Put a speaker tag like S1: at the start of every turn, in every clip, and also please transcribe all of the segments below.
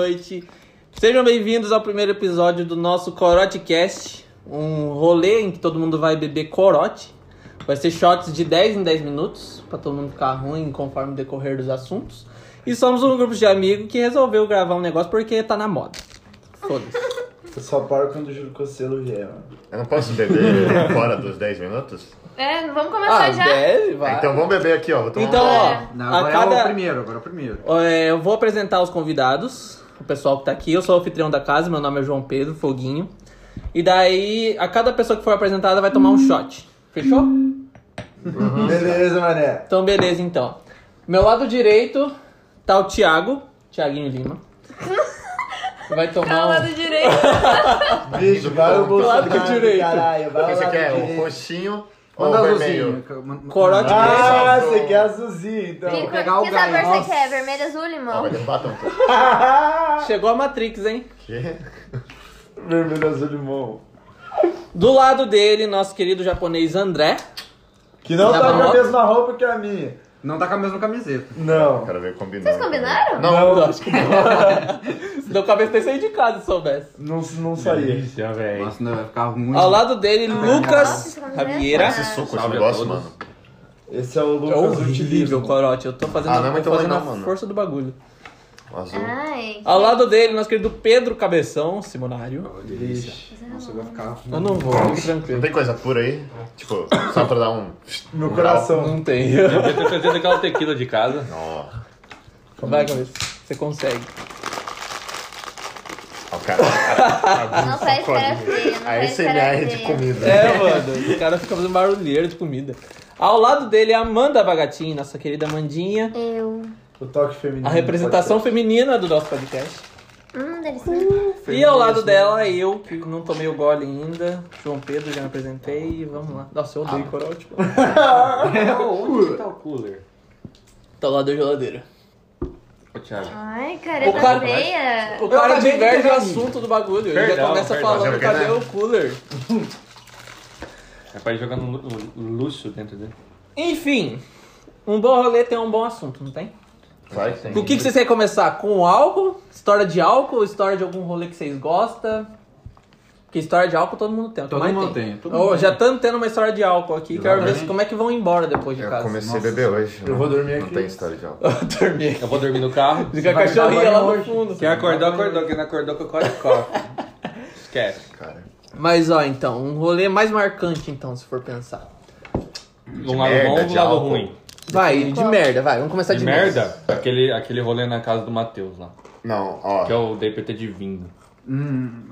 S1: noite. Sejam bem-vindos ao primeiro episódio do nosso Corotecast, um rolê em que todo mundo vai beber corote. Vai ser shots de 10 em 10 minutos, pra todo mundo ficar ruim conforme o decorrer dos assuntos. E somos um grupo de amigos que resolveu gravar um negócio porque tá na moda. Foda-se.
S2: Eu só paro quando o Júlio Cosselo vier, mano.
S3: Eu não posso beber fora dos 10 minutos?
S4: É, vamos começar já.
S1: deve, Ah, vai.
S3: Então vamos beber aqui, ó. Vou tomar
S1: Então,
S3: uma...
S1: ó,
S5: Não,
S1: a
S5: agora é o
S1: cada,
S5: primeiro, agora é o primeiro.
S1: É, eu vou apresentar os convidados, o pessoal que tá aqui. Eu sou o anfitrião da casa, meu nome é João Pedro Foguinho. E daí, a cada pessoa que for apresentada vai tomar um shot. Fechou?
S2: Beleza, mané.
S1: Então, beleza, então. Meu lado direito tá o Thiago, Thiaguinho Lima. Vai
S4: Pra
S1: tomar
S4: lado
S1: um...
S4: direito.
S2: Bicho, vai o
S3: Pro
S2: Bolsonaro,
S1: lado que eu tirei.
S2: caralho. Vai
S3: O que
S2: o
S3: você
S2: lado
S3: quer? é O
S2: direito.
S3: roxinho ou
S5: Manda
S3: o
S5: azulzinho.
S3: vermelho?
S5: Manda-
S1: Corote
S5: manda-
S1: verde.
S2: Ah,
S3: Azul.
S2: você quer azulzinho, então.
S4: Que,
S5: pegar o
S4: que
S5: galho,
S4: sabor
S5: nossa.
S4: você quer? Vermelho, azul,
S3: Ó,
S4: limão?
S3: vai ter batom.
S1: Chegou a Matrix, hein?
S3: Que?
S2: Vermelho, azul, limão.
S1: Do lado dele, nosso querido japonês André.
S2: Que não
S1: Tá
S2: tá com
S1: bom?
S2: a mesma roupa que a minha.
S5: Não tá com a mesma camiseta.
S2: Não.
S3: Quero ver né? combinando.
S4: Vocês combinaram?
S3: Não.
S2: Não,
S1: Acho que não. Se deu cabeça ter saído de casa se soubesse.
S2: não, não saí.
S5: Nossa, não, vai ficar ruim.
S1: Ao lado dele, Lucas
S4: Nossa, como é?
S1: Rabiera.
S3: Esse suco, esse
S5: Salve a
S3: negócio,
S5: todos.
S3: mano.
S2: Esse é o
S1: É
S2: Lucas
S1: horrível,
S2: Utilismo.
S1: Corote. Eu tô fazendo,
S3: Ah, não é muito
S1: tô fazendo
S3: ruim
S1: a
S3: não, mano.
S1: força do bagulho.
S3: O Azul.
S4: Ai.
S1: Ao lado dele, nosso querido Pedro Cabeção, Simonário.
S5: Vixe. Nossa, vai ficar ruim.
S1: Eu não vou, fique
S3: Não
S1: tranquilo.
S3: tem coisa pura aí? Tipo, só pra dar um...
S2: Meu coração.
S1: Não tem.
S6: Eu tô trazendo aquela tequila de casa.
S3: Ó,
S1: Vai, cabeça. Você consegue.
S3: ó, cara.
S4: Não faz cara feia, não
S3: Aí
S4: faz
S3: você
S4: cara
S3: merda de
S4: feia.
S3: comida.
S1: É, mano. O cara fica fazendo barulheiro de comida. Ao lado dele, a Amanda Bagatin, nossa querida Amandinha.
S4: Eu.
S2: O toque feminino.
S6: Hum,
S1: A representação feminina do nosso podcast.
S4: Hum, delicioso.
S1: E ao lado dela, eu, que não tomei o gole ainda. João Pedro, já me apresentei. E vamos lá. Nossa, eu odeio tipo. Corote. mano.
S6: Ah. Onde tá o cooler?
S1: Tá ao lado da geladeira.
S6: Ô, Thiago.
S4: Ai,
S1: O cara-
S4: careta feia.
S1: O cara
S5: acabei de
S1: diverte o
S5: pegar
S1: assunto do bagulho. ele já
S6: Perdão,
S1: começa
S6: perdão,
S1: falando,
S3: já
S1: cadê
S3: peguei, né?
S1: o cooler?
S6: É pra ele jogar no, lu- no luxo dentro dele.
S1: Enfim, um bom rolê tem um bom assunto, não tem?
S3: Claro que tem.
S1: O que, que vocês querem começar? Com álcool? História de álcool? História de algum rolê que vocês gostam? Porque história de álcool todo mundo tem. o que
S5: Todo
S1: mais
S5: mundo tem, todo
S1: Ô,
S5: mundo
S1: já estamos tendo uma história de álcool aqui. Quero ver
S5: Exatamente.
S1: se- como é que vão embora depois de
S3: Eu
S1: casa.
S3: comecei
S5: Nossa.
S3: a beber hoje.
S2: Eu vou dormir
S3: Não
S2: aqui.
S3: tem história de álcool.
S1: Dormir.
S6: Eu vou dormir no carro.
S1: Fica a
S5: Vai dar
S1: cachorrinha lá
S5: banho
S1: no
S5: hoje.
S1: fundo.
S6: Quem acordou, acordou. Quem não acordou, cocode, coca. Esquece.
S3: Cara,
S1: Mas ó, então, um rolê mais marcante, então, se for pensar.
S6: Um lado
S3: merda,
S6: bom, um
S3: de
S6: lado
S3: álcool.
S6: ruim.
S1: Vai, de merda, vai. Vamos começar Tá de,
S6: De merda, aquele, aquele rolê na casa do Matheus lá.
S3: Não, ó.
S6: Que é eu dei PT de vinho.
S5: Hum,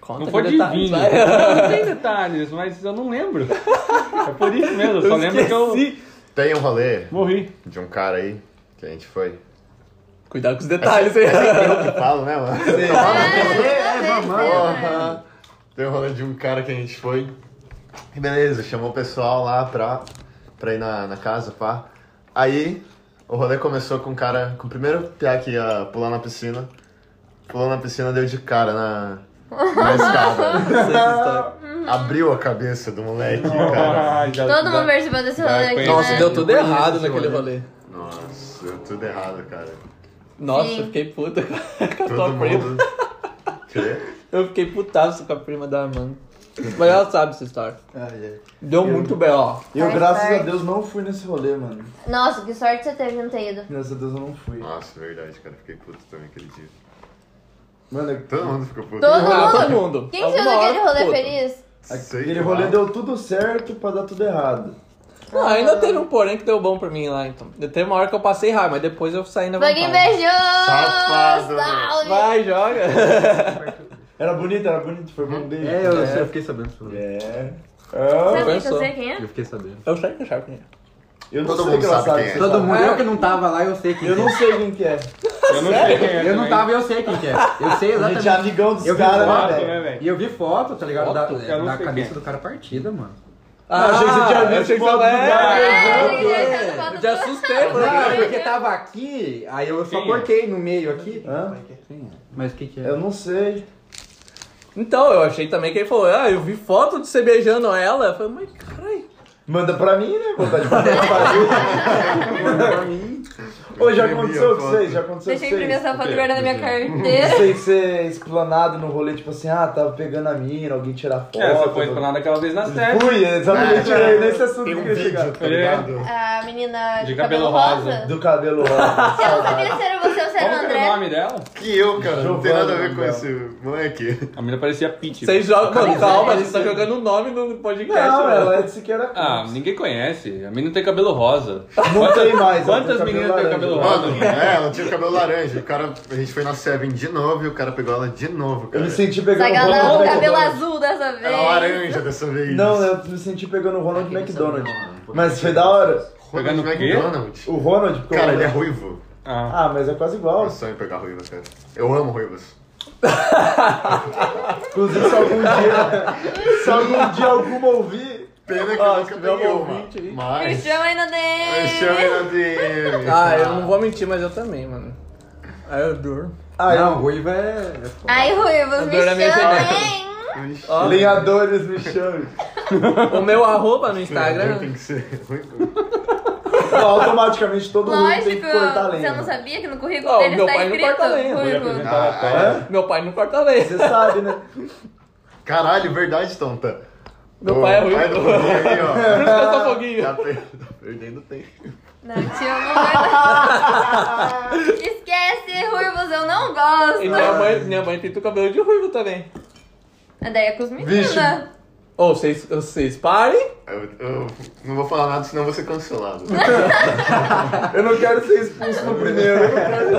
S1: Conta
S6: Não foi
S1: com
S6: de
S1: detalhes,
S6: vinho.
S1: tá- vai.
S6: Não tem detalhes, mas eu não lembro. É por isso mesmo, eu só lembro que eu
S1: Esqueci.
S3: Tem um rolê
S6: morri.
S3: de um cara aí que a gente foi.
S1: Cuidado com os detalhes aí.
S3: Eu que falo, né, mano?
S4: Tá
S3: Porra! Tem um rolê de um cara que a gente foi. E beleza, chamou o pessoal lá pra, pra ir na, na casa, pá. Aí o rolê começou com um cara, com o primeiro piá que ia pular na piscina. Pulou na piscina, deu de cara na, na escada.
S2: é
S3: Abriu a cabeça do moleque, cara.
S6: Ah, já-
S4: Todo
S6: já-
S4: mundo participou desse rolê aqui,
S6: Nossa,
S1: Nossa,
S4: né?
S1: deu tudo
S5: Eu conheço
S1: errado
S5: esse
S1: naquele
S5: rolê.
S1: rolê.
S3: Nossa, deu tudo errado, cara.
S1: Nossa,
S4: Sim.
S1: eu fiquei puta com a- com a
S3: Todo
S1: tua prima.
S3: mundo. Quê?
S1: Eu fiquei putaço com a prima da Amanda. Mas ela sabe essa história.
S2: Ai, ai.
S1: Deu muito bem, ó.
S2: Eu,
S4: Faz
S2: graças a
S4: parte.
S2: Deus, não fui nesse rolê, mano.
S4: Nossa, que sorte você teve de não ter ido.
S2: Graças a Deus, eu não fui.
S3: Nossa, verdade, cara. Fiquei puto também aquele dia.
S2: Mano, é-
S3: Todo mundo ficou puto.
S4: Todo
S1: Ah,
S4: mundo?
S1: todo mundo.
S4: Quem
S1: Alguma
S4: saiu daquele
S1: hora,
S4: rolê
S1: puta.
S4: feliz?
S3: Sei
S2: Aquele
S3: lá.
S2: rolê deu tudo certo pra dar tudo errado.
S1: Ah, ainda teve um porém que deu bom pra mim lá, então. Teve uma hora que eu passei raiva, mas depois eu saí na
S4: Foguinho
S1: vontade.
S4: beijou!
S3: Safado.
S4: Salve!
S1: tá Vai, joga.
S2: Era bonito, era bonito, foi bom dele.
S5: É, eu, eu fiquei sabendo. desse rolê.
S2: É.
S4: Sabe
S2: Ah,
S4: quem que
S1: Pensou.
S4: eu sei quem é?
S5: Eu fiquei sabendo.
S1: Eu sei que eu sabe quem é.
S2: eu não
S3: Todo
S2: sei
S3: mundo
S2: que ela
S3: sabe quem é.
S2: você
S5: Todo
S2: sabe.
S5: mundo, eu que não tava lá, eu sei quem
S2: Eu
S5: que
S2: não sei quem que é.
S6: Eu não sei quem é.
S5: é. Eu não
S6: também.
S5: tava, eu sei quem que é. Eu
S2: A gente
S5: sei
S2: é
S5: exatamente.
S2: amigão dos
S5: Eu vi
S2: caras,
S6: Fato,
S2: né,
S6: né,
S2: velho?
S6: velho?
S5: E eu vi foto, tá ligado?
S6: Foto?
S5: Da,
S6: Eu não
S5: da
S6: sei
S5: cabeça
S6: quem é.
S5: do cara partida, mano.
S1: Ah,
S2: achei que você tinha visto
S1: achei que
S2: foto
S1: você-
S2: do cara
S1: É,
S4: beijando.
S1: é, é. Eu te assustei, mano.
S5: Não, é porque tava aqui, aí eu só
S6: Quem é?
S5: cortei no meio aqui.
S2: Hã?
S5: Mas o que que é?
S2: Eu não sei.
S1: Então, eu achei também que ele falou, ah, eu vi foto de você beijando ela. Eu falei, mas caralho.
S2: Manda pra mim, né? Vontade de fazer.
S5: Pra mim.
S2: Ô, já
S3: Imprimi a
S2: aconteceu com
S3: foto.
S2: vocês? Já aconteceu com
S4: Deixa eu imprimir
S2: vocês?
S4: essa fatura na minha carteira.
S2: Vocês ser é explanado no rolê, tipo assim, ah, tava pegando a mina, alguém tirar foto.
S6: É, você foi explanado aquela vez na série. É.
S2: Fui, exatamente,
S3: Ah,
S2: era nesse assunto
S3: Tem um
S2: que eu ia chegar.
S3: vídeo, tá ligado?
S4: A menina de,
S6: De
S4: cabelo, rosa.
S6: cabelo rosa.
S2: Do cabelo rosa.
S4: Se eu não sabia se era você ou se era o
S6: Como que
S4: André.
S6: era o nome dela?
S3: Que eu, cara, não tem nada a ver com
S2: Giovanna,
S3: esse moleque.
S6: A menina parecia Pete.
S1: Vocês jogam. Mano, calma, a gente tá jogando o nome no podcast.
S2: Não,
S1: mano.
S2: ela é de Siqueira
S6: Ah,
S2: Campos.
S6: ninguém conhece. A menina tem cabelo rosa.
S2: Não tem mais. ela
S6: Quantas
S2: tem cabelo
S6: meninas têm
S2: laranja.
S6: cabelo rosa?
S3: Mano, é, ela tinha o cabelo laranja. O cara, a gente foi na Seven de novo e o cara pegou ela de novo,
S2: Eu
S3: cara.
S2: me senti pegando
S4: Zagalão,
S2: Ronald
S6: Ronald
S4: cabelo
S2: McDonald.
S4: azul dessa vez.
S3: Era laranja dessa vez.
S2: Não, eu me senti pegando o Ronald McDonald. Mas foi da hora.
S3: Ronald
S6: Pegando o quê?
S3: McDonald.
S2: O Ronald, porque o
S3: Cara,
S2: Ronald-
S3: ele é ruivo.
S6: Ah,
S2: Ah, mas é quase igual.
S3: Meu sonho é pegar ruivas, cara. Eu amo ruivas.
S2: Inclusive, se algum dia, se algum dia alguma ouvir,
S3: Pena que
S1: Ah,
S3: eu nunca
S1: se tiver um
S3: peguei uma.
S1: ouvinte aí.
S4: Me
S3: Mas...
S4: chama ainda
S3: Me chama
S4: dele.
S3: ainda de...
S1: Ah, eu não vou mentir, mas eu também, mano. Aí eu adoro.
S2: aí,
S5: não, ruiva é. é foda.
S4: Ai, Ruivos, me
S1: Adoro a minha
S4: chama,
S1: ideia.
S4: hein?
S1: Ó,
S2: lenhadores me chamem.
S1: o meu arroba no
S3: Instagram
S1: Instagram.
S3: tem que ser ruivo.
S2: Ó, Automaticamente todo mundo tem
S4: Lógico,
S2: que cortar
S4: você
S2: lenha.
S4: não sabia que no currículo
S1: Não,
S4: dele
S1: meu
S4: tá
S1: pai não corta lenha.
S4: escrito
S6: foi
S4: Ruivo.
S6: apresentar
S3: Ah,
S6: a
S2: É?
S6: Paula.
S1: Meu pai não corta lenha.
S2: Você sabe, né?
S3: Caralho, verdade, tonta.
S1: Meu
S3: Ô,
S1: pai é
S3: do
S1: ruim.
S3: Rodrigo aí,
S1: Por
S3: ó.
S1: isso que eu sou foguinho.
S3: Tá per- tá perdendo tempo.
S4: Não te amo, Ruivos. Esquece, Ruivos, eu não
S1: E
S4: gosto.
S1: minha mãe, minha mãe pinta o cabelo de ruivo também.
S4: A ideia é com os meninos.
S3: Vixe.
S1: Ô, vocês, vocês parem.
S3: Eu, eu não vou falar nada, senão vou ser cancelado.
S2: Eu não quero ser expulso no primeiro. eu não quero-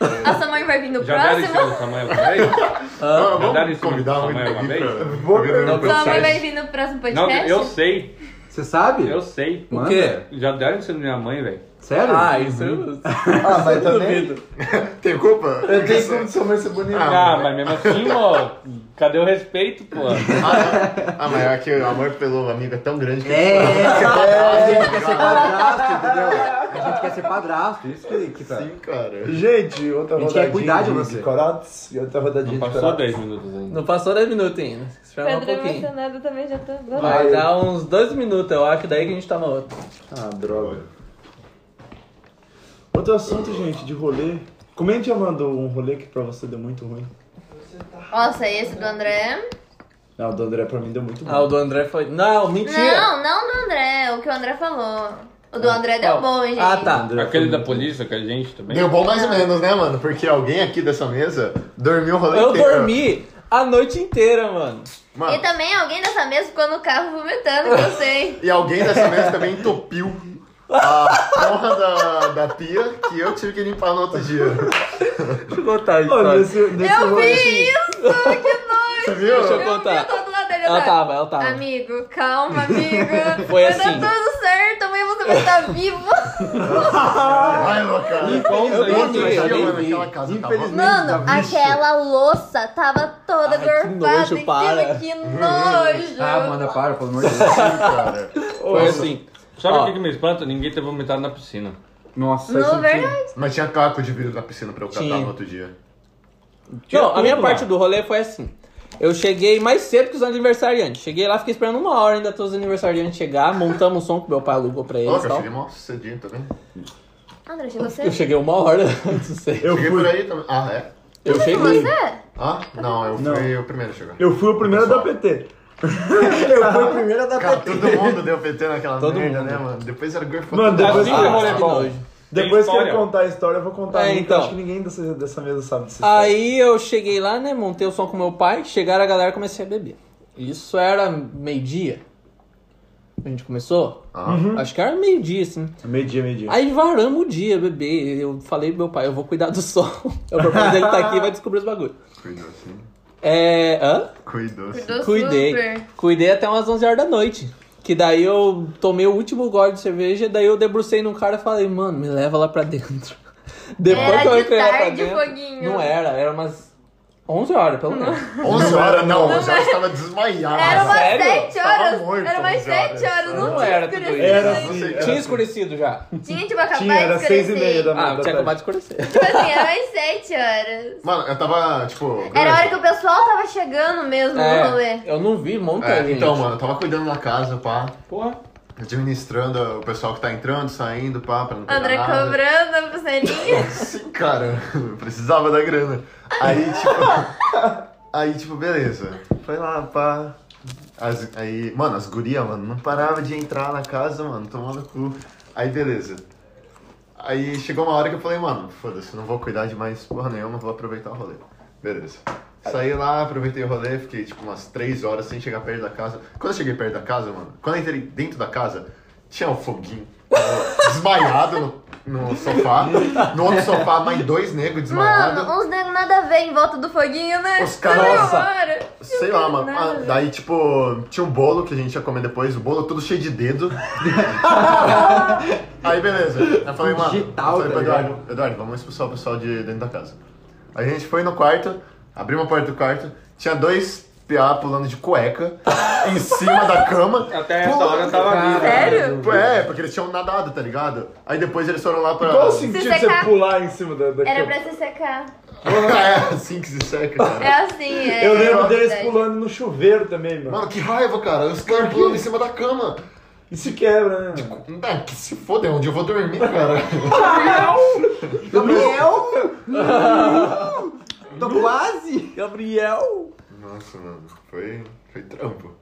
S4: A sua mãe vai vir no
S6: Já deram em
S4: próximo.
S6: cima do Samuel uma vez?
S3: Não,
S6: Já deram em
S3: Ah, vamos
S6: cima
S3: convidar
S6: do
S3: um
S6: Samuel uma
S3: aqui
S6: vez?
S3: pra...
S2: Vou-
S3: pra-
S1: Não,
S3: pra-
S4: Sua mãe
S3: pra-
S4: vai vir no próximo
S6: Não,
S4: podcast?
S6: eu sei,
S5: Você sabe?
S6: eu sei.
S1: O
S5: Manda.
S1: quê?
S6: Já deram em cima da minha mãe, velho.
S5: Sério?
S1: Ah, isso
S5: Uhum.
S1: eu.
S2: Ah, mas
S1: eu
S2: também.
S1: duvido.
S3: Tem culpa?
S2: Eu tenho como sua mãe ser bonita.
S6: Ah, mas mesmo assim, ó, cadê o respeito, pô?
S3: Ah, mas é que o amor pelo amigo é tão grande que... "Ah,
S5: É, a gente quer ser padrasto, entendeu? A gente quer ser padrasto, isso que, que tá.
S3: Sim, cara.
S2: Gente, outra
S5: A gente
S2: rodadinha
S5: quer cuidar de
S2: de,
S5: você.
S2: de corotes e outra rodadinha
S6: Não
S2: de
S6: passou
S2: corotes.
S6: 10 minutos ainda.
S1: Não passou 10 minutos ainda. Espera um
S4: Pedro
S1: pouquinho.
S4: emocionado também, já tô...
S1: Vai dar uns dois minutos, eu acho, daí que a gente toma outro.
S2: Ah, droga. Outro assunto, gente, de rolê. Comente, Amanda, um rolê que pra você deu muito ruim.
S4: Nossa, esse do André...
S2: Não, o do André pra mim deu muito
S1: Ah, o
S2: bom.
S1: do André foi. Não, mentira!
S4: Não, não do André, o que o André falou. O do André deu
S1: Qual?
S4: bom, hein, gente.
S1: Ah, tá.
S6: Aquele da polícia com a gente também.
S3: Deu bom mais ou menos, né, mano? Porque alguém aqui dessa mesa dormiu o rolê
S1: Eu
S3: inteiro.
S1: dormi a noite inteira, mano.
S3: Mano,
S4: E também alguém dessa mesa ficou no carro vomitando, que eu sei.
S3: e alguém dessa mesa também entupiu a porra da, da pia que eu tive que limpar no outro dia.
S1: Deixa eu contar a
S2: Ô,
S5: Tá.
S1: história.
S2: nesse, nesse
S4: eu vi
S2: rolê,
S4: isso! Que nojo!
S3: Você viu?
S1: Deixa eu
S4: Eu,
S1: contar.
S4: eu tô do lado
S1: assim.
S4: dele, eu
S1: Ela
S4: tava-
S1: tava, ela tava.
S4: Amigo, calma, amigo.
S1: Foi
S4: Vai
S1: assim.
S4: dar tudo certo, amanhã você vai estar vivo.
S3: Vai, louca.
S6: Limpou uns
S1: Eu
S6: aí,
S3: No outro
S1: dormi,
S6: velho.
S3: dia,
S1: eu
S3: mano,
S1: dormi.
S3: aquela casa tava...
S2: Infelizmente.
S4: Mano,
S2: Vixe.
S4: aquela louça tava toda
S1: Ai, que
S4: gorfada
S1: nojo,
S4: em
S1: para.
S4: cima, que nojo.
S5: Ah, manda para, pelo amor de Deus.
S3: cara.
S1: Foi assim.
S6: Sabe
S1: Ó.
S6: o que, que me espanta? Ninguém teve vomitado na piscina.
S5: Nossa,
S4: Não,
S5: faz sentido.
S4: verdade.
S3: Mas tinha caco de vidro na piscina pra eu catar
S1: Tinha.
S3: no outro dia.
S1: Não, a minha
S6: tudo
S1: parte
S6: lá.
S1: do rolê foi assim. Eu cheguei mais cedo que os aniversariantes. Cheguei lá, fiquei esperando uma hora ainda todos os aniversariantes chegar. Montamos o som que meu pai alugou pra eles
S3: Louca,
S1: e
S3: eu
S1: tal.
S3: cheguei mal cedinho também.
S4: André, chegou você?
S1: Eu cheguei uma hora antes de ser.
S3: Eu cheguei por aí também. Ah, é?
S1: Eu
S4: Você? é
S1: cheguei.
S3: Ah, não, eu
S2: Não.
S3: fui o primeiro a chegar.
S2: eu fui o primeiro da PT. eu fui o primeiro da
S3: Cara,
S2: PT.
S3: todo mundo deu PT naquela
S1: Todo
S3: merda,
S1: mundo.
S3: né, mano? Depois era gorfo.
S2: Mano, depois-
S6: Assim que
S1: Ah,
S6: o rolê é
S3: tá
S1: que
S6: bom.
S1: nojo.
S6: Tem
S2: Depois que
S6: história.
S2: eu contar a história, eu vou contar
S1: É,
S2: uma, que
S1: então.
S2: eu acho que ninguém dessa, dessa mesa sabe disso.
S1: Aí eu cheguei lá, né? Montei o som com meu pai. Chegaram a galera e comecei a beber. Isso era meio-dia. A gente começou?
S3: Ah,
S2: Uhum.
S1: Acho que era meio-dia, assim.
S2: Meio dia, meio dia.
S1: Aí varamos o dia, bebê. Eu falei pro meu pai, eu vou cuidar do som. Eu propósito ele tá aqui e vai descobrir os bagulhos.
S3: cuidou sim.
S1: É. Hã?
S3: Cuidou sim.
S4: Cuidou
S1: Cuidei.
S4: super.
S1: Cuidei até umas 11 horas da noite. Que daí eu tomei o último gole de cerveja, daí eu debrucei num cara e falei, mano, me leva lá pra dentro. Depois
S4: Era
S1: que eu
S4: de
S1: entrei lá pra
S4: tarde,
S1: dentro.
S4: foguinho.
S1: Não era, era umas 11 horas, pelo menos.
S3: 11 horas não, 11 horas tava desmaiado.
S4: Era umas
S1: Ah, sério?
S4: sete
S2: Tá
S3: Tava
S4: horas.
S3: morto,
S4: era umas
S3: cara.
S2: né?
S4: sete horas. Não,
S1: Não
S4: tinha
S1: era tudo
S4: escurecido
S1: isso.
S2: Era
S4: ainda.
S2: assim, Ah,
S3: Não sei,
S1: Tinha escurecido já.
S4: Tinha, tipo, acabado
S2: Tinha, era
S4: de
S2: seis e
S4: escurecer.
S2: meia da manhã.
S1: Ah, tinha acabado de escurecer.
S4: Tipo assim, era umas sete horas.
S3: Mano, eu tava, tipo.
S4: Era a hora que o pessoal tava chegando mesmo no rolê.
S1: É, eu não vi um monte de
S3: É,
S1: gente.
S2: então,
S3: então, mano, eu tava cuidando da casa, pá.
S6: Porra.
S3: administrando o pessoal que tá entrando, saindo, pá, pra não pegar
S4: André
S3: nada.
S4: cobrando a pulseirinha.
S3: Sim, cara, eu precisava da grana. Aí, tipo. aí, tipo, beleza. Foi lá, pá. As- aí, mano, as gurias, mano, não parava de entrar na casa, mano, tomando cu. Aí, beleza. Aí chegou uma hora que eu falei, mano, foda-se, não vou cuidar de mais porra nenhuma, vou aproveitar o rolê. Beleza. Saí lá, aproveitei o rolê, fiquei tipo umas três horas sem chegar perto da casa. Quando eu cheguei perto da casa, mano, quando eu entrei dentro da casa, tinha um foguinho eu desmaiado no, no sofá. No outro sofá, mais dois negros desmaiados.
S4: Mano, uns negros nada a ver em volta do foguinho, né?
S3: Os caras-
S4: Não,
S3: Nossa.
S4: mano.
S3: Sei lá, mano.
S4: Nada a
S3: Ah,
S4: ver.
S3: daí, tipo, tinha um bolo que a gente ia comer depois, o bolo todo cheio de dedo. Aí, beleza. Eu falei, mano.
S5: Digital,
S3: eu falei
S5: tá
S3: pro
S5: ligado?
S3: Eduardo, Eduardo, vamos expulsar o pessoal de dentro da casa. Aí a gente foi no quarto, abriu uma porta do quarto, tinha dois PA pulando de cueca em cima da cama.
S6: Até essa hora eu tava
S5: Cara,
S6: vivo.
S4: Sério?
S3: É, porque eles tinham nadado, tá ligado? Aí depois eles foram lá pra.
S2: Qual o
S5: assim?
S2: sentido de você
S4: secar-
S2: pular em cima da, da
S4: tá- Era
S2: cama?
S4: pra se secar.
S3: é assim que se seca, cara.
S4: É assim, é.
S2: Eu lembro deles
S4: é.
S2: pulando no chuveiro também, mano.
S3: Mano, que raiva, cara. Os caras pulando em cima da cama.
S2: E se quebra, né? mano?
S3: Ah, que se foda, é onde eu vou dormir, cara.
S5: Gabriel! Hum, Tô quase!
S1: Gabriel!
S3: Nossa, mano, foi, foi trampo.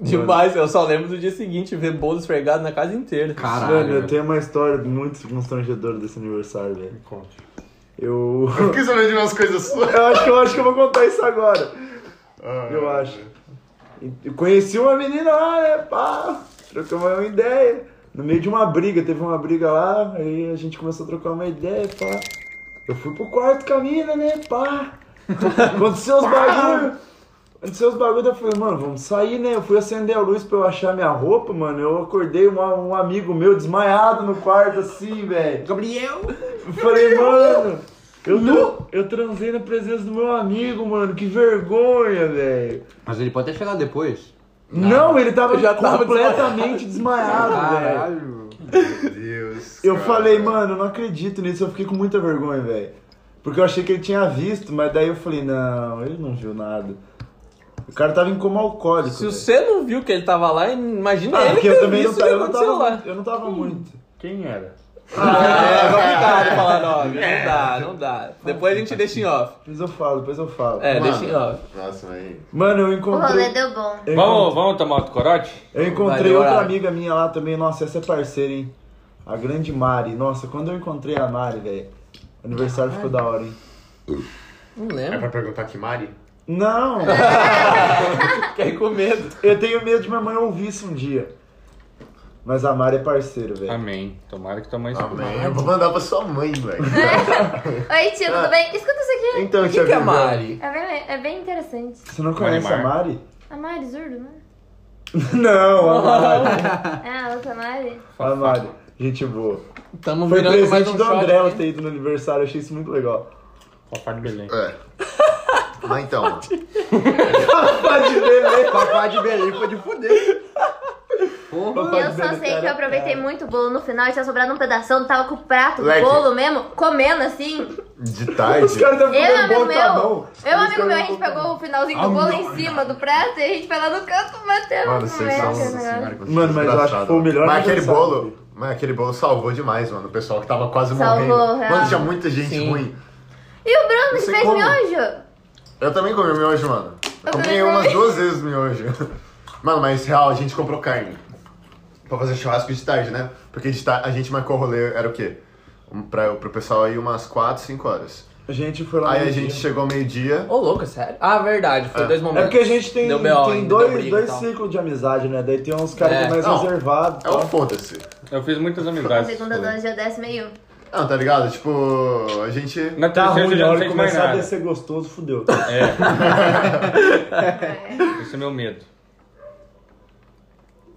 S1: Demais, eu só lembro do dia seguinte ver bolo esfregado na casa inteira.
S5: Caralho.
S2: Mano, eu tenho uma história muito constrangedora desse aniversário, velho.
S6: Me conte.
S2: Eu.
S3: Eu quis saber de umas coisas suas.
S2: Eu acho, que- eu acho que eu vou contar isso agora. Eu acho. Eu conheci uma menina lá, né? Pá, trocamos uma ideia. No meio de uma briga, teve uma briga lá, aí a gente começou a trocar uma ideia, pá. Eu fui pro quarto com a mina, né? Pá. Aconteceu os bagulho. Aconteceu os bagulho, eu falei, mano, vamos sair, né? Eu fui acender a luz pra eu achar minha roupa, mano. Eu acordei uma- um amigo meu desmaiado no quarto, assim, velho.
S5: Gabriel!
S2: Eu falei, mano, eu, tra- eu transei na presença do meu amigo, mano, que vergonha, velho.
S5: Mas ele pode até chegar depois.
S2: Não, ele tava
S1: Já tava
S2: completamente desmaiado, velho.
S5: Caralho!
S3: Meu Deus.
S2: Eu
S3: cara.
S2: falei, mano, eu não acredito nisso, eu fiquei com muita vergonha, velho. Porque eu achei que ele tinha visto, mas daí eu falei, não, ele não viu nada. O cara tava em coma alcoólico.
S1: Se
S2: velho.
S1: você não viu que ele tava lá, imagina
S2: Ah,
S1: ele
S2: porque
S1: que
S2: eu também não,
S1: visto
S2: tava-
S1: que
S2: eu não
S1: aconteceu
S2: tava,
S1: lá.
S2: eu não tava muito. Ah,
S6: Quem era?
S1: É, complicado falar nome.
S2: É.
S1: Não dá, não dá. Depois a gente deixa em off.
S2: Depois eu falo, depois eu falo.
S1: É,
S3: Mano,
S1: deixa em off.
S3: Nossa, mas.
S2: Mano, eu
S4: O rolê
S2: encontrei.
S4: deu bom.
S2: eu
S6: Vamos, vamos tomar outro corote?
S2: Eu
S1: Vai
S2: encontrei
S1: demorar.
S2: outra amiga minha lá também, nossa, essa é parceira, hein? A grande Mari. Nossa, quando eu encontrei a Mari, velho, o aniversário ficou da hora, hein?
S1: Não
S3: É
S1: lembro.
S3: pra perguntar que Mari?
S2: Não! É
S1: Fiquei com medo.
S2: eu tenho medo de minha mãe ouvir isso um dia. Mas a Mari é parceira, velho.
S6: Amém. Tomara que tua mãe escute.
S3: Amém. Ah, Eu vou mandar pra sua mãe, velho.
S2: É.
S4: Oi, tia,
S2: Ah.
S4: tudo bem? Escuta isso aqui.
S3: Então,
S1: O que, que é Mari?
S4: É bem, é bem interessante.
S2: Você não conhece
S6: Mari
S2: a Mari?
S4: A Mari Zurdo, né?
S2: não, a Mari.
S4: Ah, outra Mari.
S2: A Mari. Gente boa.
S1: Estamos
S2: Foi
S1: virando mais
S2: presente
S1: um
S2: do
S1: shot.
S2: André ela
S1: né?
S2: ter ido no aniversário, eu achei isso muito legal.
S6: Fafá de Belém.
S3: É. Mas então, mano.
S2: Pode ver, né?
S5: Papai de Belém foi de fuder. Porra!
S4: E eu só sei que eu aproveitei muito o bolo no final e tinha sobrado um pedação, eu tava com o prato do
S3: Leque.
S4: bolo mesmo, comendo assim.
S3: de
S2: Os caras
S3: tarde.
S2: estavam
S4: Eu,
S2: comendo
S4: amigo
S2: bolo com a
S4: meu,
S2: mão.
S4: eu,
S2: Os caras
S4: amigo meu, a
S2: tavam
S4: gente
S2: comendo-
S4: pegou o
S3: Ah,
S4: finalzinho do bolo em cima do prato e a gente foi lá no canto bateu.
S3: Mano, vocês são. Nossa
S4: né?
S3: senhora, vocês
S2: Mano, mas eu acho que
S3: engraçados.
S2: foi o melhor
S3: Mas aquele
S2: aniversário.
S3: bolo. Mas aquele bolo salvou demais, mano. O pessoal que tava quase
S4: Salvou,
S3: morrendo.
S4: real.
S3: Mano, tinha muita gente
S1: Sim.
S3: ruim.
S4: E o Bruno
S3: Não sei
S4: fez
S3: como.
S4: miojo?
S3: Eu também comi miojo, mano. Eu
S4: Eu
S3: comi
S4: também
S3: umas
S4: comi.
S3: duas vezes miojo. Mano, mas real, a gente comprou carne. Pra fazer churrasco de tarde, né? Porque de tarde, a gente marcou o rolê, era o quê? Um, pra, pro pessoal aí umas 4, 5 horas.
S2: A gente foi lá
S3: Aí
S2: no
S3: a gente
S2: dia.
S3: chegou meio-dia.
S1: Ô, louco, sério. Ah, verdade. Foi dois
S2: É
S1: momentos.
S2: porque a gente tem,
S1: Deu B.O.
S2: tem
S1: ainda, deu
S2: dois,
S1: briga e
S2: dois
S1: tal.
S2: ciclos de amizade, né? Daí tem uns caras
S1: É,
S2: que é mais
S3: não.
S2: reservado. tá?
S3: É o
S2: tal.
S3: foda-se.
S6: Eu fiz muitas
S4: Na
S6: amizades.
S4: segunda dose já desce meio.
S3: Não, tá ligado? Tipo, a gente.
S6: Na
S2: Tá
S6: terceira
S2: ruim,
S6: eu
S2: na
S6: já não
S2: hora que
S6: sei mais
S2: começar a
S6: nada.
S2: descer gostoso, fudeu.
S6: É. Esse é meu medo.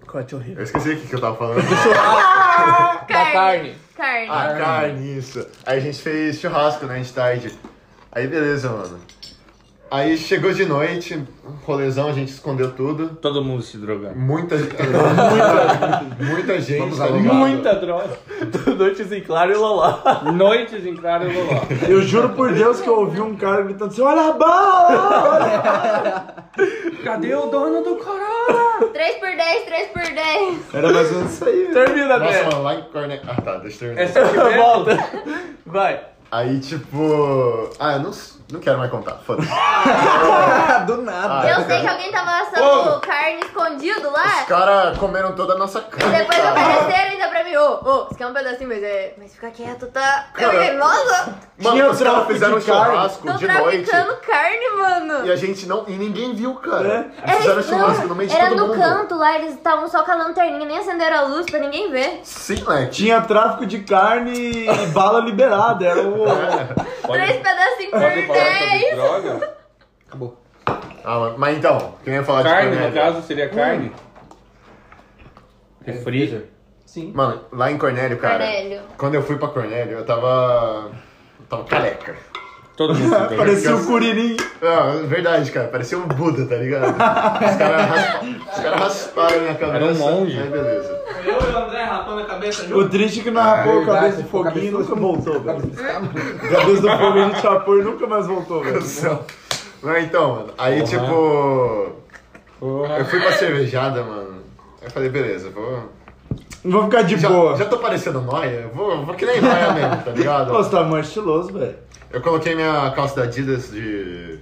S1: Corte horrível.
S3: Eu esqueci o que que eu tava falando.
S1: Da carne.
S4: Carne.
S3: Ah, carne, isso. Aí a gente fez churrasco, né, de tarde. Aí beleza, mano. Aí chegou de noite, um rolezão, a gente escondeu tudo.
S6: Todo mundo se drogando.
S3: Muita, muita, muita gente,
S5: Vamos
S3: tá
S5: alugar.
S3: ligado?
S6: Muita droga.
S1: Noites em Claro e Loló.
S6: Noites em Clara e Loló.
S2: Eu juro por Deus que eu ouvi um cara gritando assim: olha a bala! Olha!
S6: Cadê o dono do Corona?
S4: 3 por 10, 3 por 10.
S2: Era mais ou menos isso aí. velho.
S1: Termina,
S3: Nossa,
S1: André.
S3: mano, lá em Corne... Ah, tá, deixa eu terminar.
S6: Essa é a
S1: Volta. Vai.
S3: Aí, tipo... Ah, eu não, s- não quero mais contar, foda-se.
S4: Ah,
S5: Do nada.
S3: Ah,
S4: Eu sei que alguém tava assando carne escondido lá.
S3: Os Ah. caras comeram toda a nossa
S4: E
S3: carne,
S4: é. depois
S3: cara.
S4: ofereceram ainda pra mim, ô, ô, você quer um pedacinho, mas é. Mas fica quieto, tá? Eu
S3: Cara,
S4: falei, nossa,
S3: Mano,
S2: Tinha
S3: os caras
S2: tráfico
S3: fizeram um
S2: de carne.
S3: churrasco
S4: tô
S3: de noite.
S4: traficando carne, mano.
S3: E a gente não... E ninguém viu, cara.
S6: É?
S4: Era-
S3: Fizeram churrasco
S4: não,
S3: no meio de
S4: Era
S3: todo
S4: no
S3: mundo.
S4: canto lá, eles estavam só com a lanterninha, nem acenderam a luz pra ninguém ver.
S3: Sim, moleque.
S2: Tinha tráfico de carne e bala liberada. Era o.
S4: Três pedacinhos por
S6: sobre
S4: dez.
S6: droga?
S3: Ah, mano, mas então, quem ia falar de
S6: Carne, no
S3: Cornélia?
S6: caso, seria carne. Refri.
S1: Sim.
S3: Mano, lá em Cornélio, cara.
S4: Cornélio.
S3: Quando eu fui pra Cornélio, eu tava. Tava careca.
S6: Todo mundo se drogando.
S2: Parecia o Curirim.
S3: Ah, verdade, cara. Parecia um Buda, tá ligado? Os caras raspa... os caras rasparam minha cabeça.
S6: Era um monge.
S3: Aí, beleza.
S1: Eu e o André rapando a cabeça
S2: O triste é que não rapou a
S5: verdade,
S2: cabeça de
S5: ficou
S2: foguinho e nunca
S5: cabeçudo.
S2: voltou, velho. Cabeça do foguinho de chapou e nunca mais voltou, velho.
S3: Mas então, mano. Aí, tipo.
S6: Porra.
S3: Eu fui pra cervejada, mano. Aí eu falei, beleza, vou.
S2: Não vou ficar de
S3: Já,
S2: boa.
S3: já tô parecendo noia? Vou, vou que nem noia mesmo, tá ligado?
S2: Nossa, tá mais estiloso, velho.
S3: Eu coloquei minha calça da Adidas de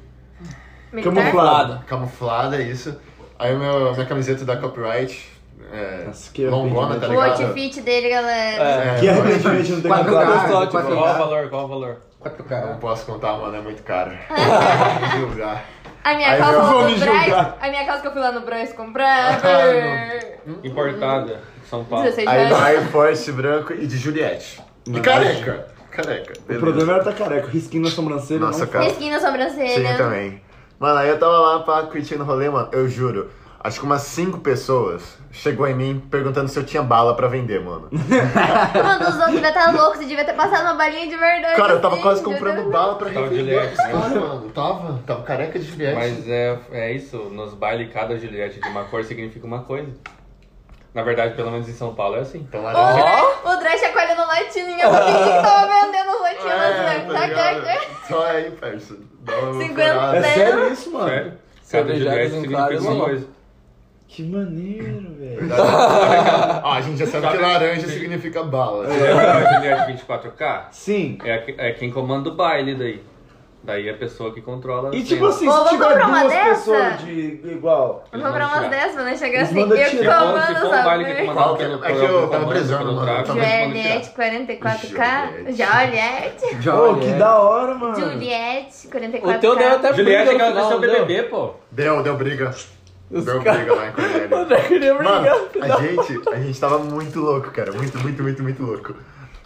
S4: Militar?
S2: Camuflado.
S3: camuflada, isso. Aí o meu, minha camiseta da Copyright, é,
S2: Nossa, que
S3: longona,
S2: arrependimento.
S3: tá
S4: O
S3: ligado?
S4: outfit dele, galera.
S3: É,
S2: Que
S3: eu
S2: arrependimento não tem é
S5: Quatro
S2: nada.
S5: caras,
S1: Gostou,
S5: quatro
S1: tipo,
S3: assim.
S6: Qual o
S5: caras,
S6: valor? Qual o valor?
S5: quatro
S3: não
S5: caras.
S3: posso contar, mano, é muito caro. Vou julgar.
S4: A minha
S3: Aí
S4: calça
S3: eu
S4: lá
S2: vou
S4: no
S2: me
S4: Braz.
S2: julgar.
S4: A minha calça que eu fui lá no Braz comprar. por
S3: Ah, não.
S6: Importada. São Paulo.
S4: 16
S3: Aí
S4: reais.
S3: vai forte, branco e de Juliette. E careca. Careca.
S2: O
S3: beleza.
S2: problema era tá careca, o risquinho na sobrancelha. né?
S3: Nossa,
S2: não-
S3: cara.
S4: Risquinho na sobrancelha.
S3: é Sim, também. Mano, aí eu tava lá pra curtindo o rolê, mano. Eu juro. Acho que umas cinco pessoas chegou em mim perguntando se eu tinha bala pra vender, mano.
S4: Mano, os outros devia estar loucos, você devia ter passado uma balinha de verdade.
S3: Cara, eu tava
S4: assim,
S3: quase
S4: meu
S3: comprando
S4: Deus.
S3: bala pra
S6: Tava
S3: revender.
S6: Juliette, né?
S3: Claro, mano. Tava. Tava careca de Juliette.
S6: Mas é, é isso, nos bailes cada Juliette de uma cor significa uma coisa. Na verdade, pelo menos em São Paulo é assim.
S3: Então,
S4: O
S3: laranja.
S4: Dre, o Dre chacoalhando latinha, eu fingi que tava vendendo as latinhas.
S3: É,
S4: mas,
S3: tá
S4: né?
S3: ligado? Só aí, parça. Dá uma
S4: 50
S2: É
S3: furada.
S4: cento.
S2: sério isso, mano?
S6: Sério? Cada
S1: Cervejadas
S6: Juliette
S1: em
S6: significa
S1: claro,
S6: uma
S1: sim.
S6: coisa.
S2: Que maneiro, velho.
S3: Ó, a gente já sabe que laranja significa bala.
S6: Você lembra da Juliette 24K?
S2: Sim.
S6: É, a- é quem comanda o baile daí. Daí é a pessoa que controla.
S2: E
S6: as
S2: tipo
S6: cenas.
S2: assim,
S4: Ô,
S2: se
S4: vamos
S2: tiver
S4: comprar uma
S2: duas
S4: dessa?
S2: pessoas de igual.
S4: Vou comprar umas dessas, né? Chegando
S2: Eles
S4: assim, eu
S2: mandam
S4: que
S2: tirar.
S6: Se for, se for um baile que é
S4: comando,
S3: Qual
S4: sabe?
S6: comandado
S3: que é?
S6: pelo,
S3: É que
S6: pelo-
S3: eu
S6: pelo
S3: tava
S6: comando,
S3: brisando,
S6: pelo
S3: mano.
S6: tráfico,
S3: Tava
S6: eles mandam
S4: Juliette 44K.
S3: Juliette.
S4: Juliette.
S2: Pô, que
S5: É.
S2: da hora, mano.
S4: Juliette 44K.
S1: O teu deu até
S6: tirar. Juliette é
S1: briga
S6: aquela
S1: no
S6: que
S1: final,
S6: seu
S1: não deu?
S6: BBB, pô.
S3: Deu, deu briga. deu briga lá em
S1: O
S3: Cornélio.
S1: André queria
S3: Mano,
S1: brigar.
S3: a gente, a gente tava muito louco, cara. Muito, muito, muito, muito louco.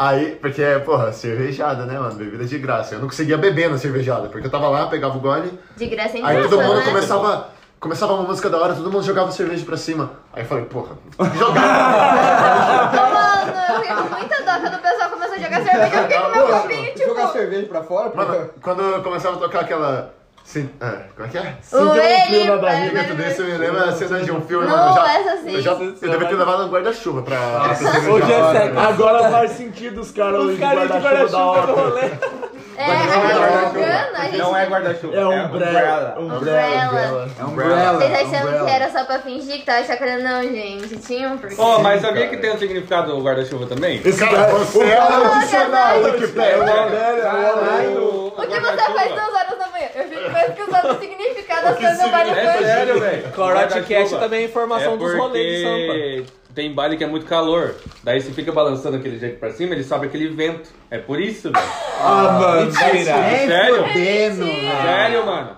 S3: Aí, porque, porra, cervejada, né, mano? Bebida de graça. Eu não conseguia beber na cervejada, porque eu tava lá, pegava o gole,
S4: De graça em
S3: aí
S4: graça,
S3: todo mundo
S4: né?
S3: começava. Começava uma música da hora, todo mundo jogava cerveja pra cima. Aí eu falei, porra, jogava!
S4: Ô, Mano, eu fiquei com muita dó quando o pessoal começou a jogar cerveja. Eu fiquei com meu copinho, tipo...
S5: Jogar cerveja pra fora,
S3: Mano,
S5: porra.
S3: quando eu começava a tocar aquela. Sim, ah, como é que é?
S2: Sinta um frio na barriga,
S4: vai- vai-
S3: Dentro desse eu me lembro a cena de um filme,
S4: Não,
S3: mano. Eu já,
S4: essa sim.
S3: eu já eu devia ter levado um guarda-chuva pra. pra cerveja.
S1: Hoje é sério.
S2: Agora faz sentido os caras
S1: Os
S2: hoje
S1: caras de
S2: guarda-chuva da
S1: guarda-chuva no
S2: hora.
S1: rolê.
S4: É, aqui em Gana, a gente...
S6: Não é guarda-chuva.
S2: É um
S6: umbrella.
S2: brela. Um brela.
S4: Umbrella.
S5: É umbrella.
S4: Vocês achando
S5: umbrella.
S4: que era só pra fingir que tava chacoalhando? Não, gente. Tinha um porquê.
S6: Ó, mas sabia que tem um significado o guarda-chuva também?
S2: Esse
S3: Cara,
S2: cara,
S3: você
S2: o
S3: é
S2: cara
S3: um
S2: dicionário.
S3: profissional, Wikipedia.
S6: um
S2: Caralho.
S4: O que
S2: é
S4: você faz duas horas da manhã? Eu fico pesquisando o significado das coisas no baile
S6: É
S4: funk.
S6: sério, velho.
S1: Corote Cast
S6: Guarda-chuva.
S1: também é informação
S6: é
S1: dos rolês de Sampa.
S6: porque Tem baile que é muito calor. Daí você fica balançando aquele jeito pra cima, ele sobe aquele vento. É por isso, velho.
S2: Ah, mano.
S5: é
S1: Mentira.
S5: Nem
S6: Sério?
S5: fodendo.
S3: Ah.
S6: Sério, mano.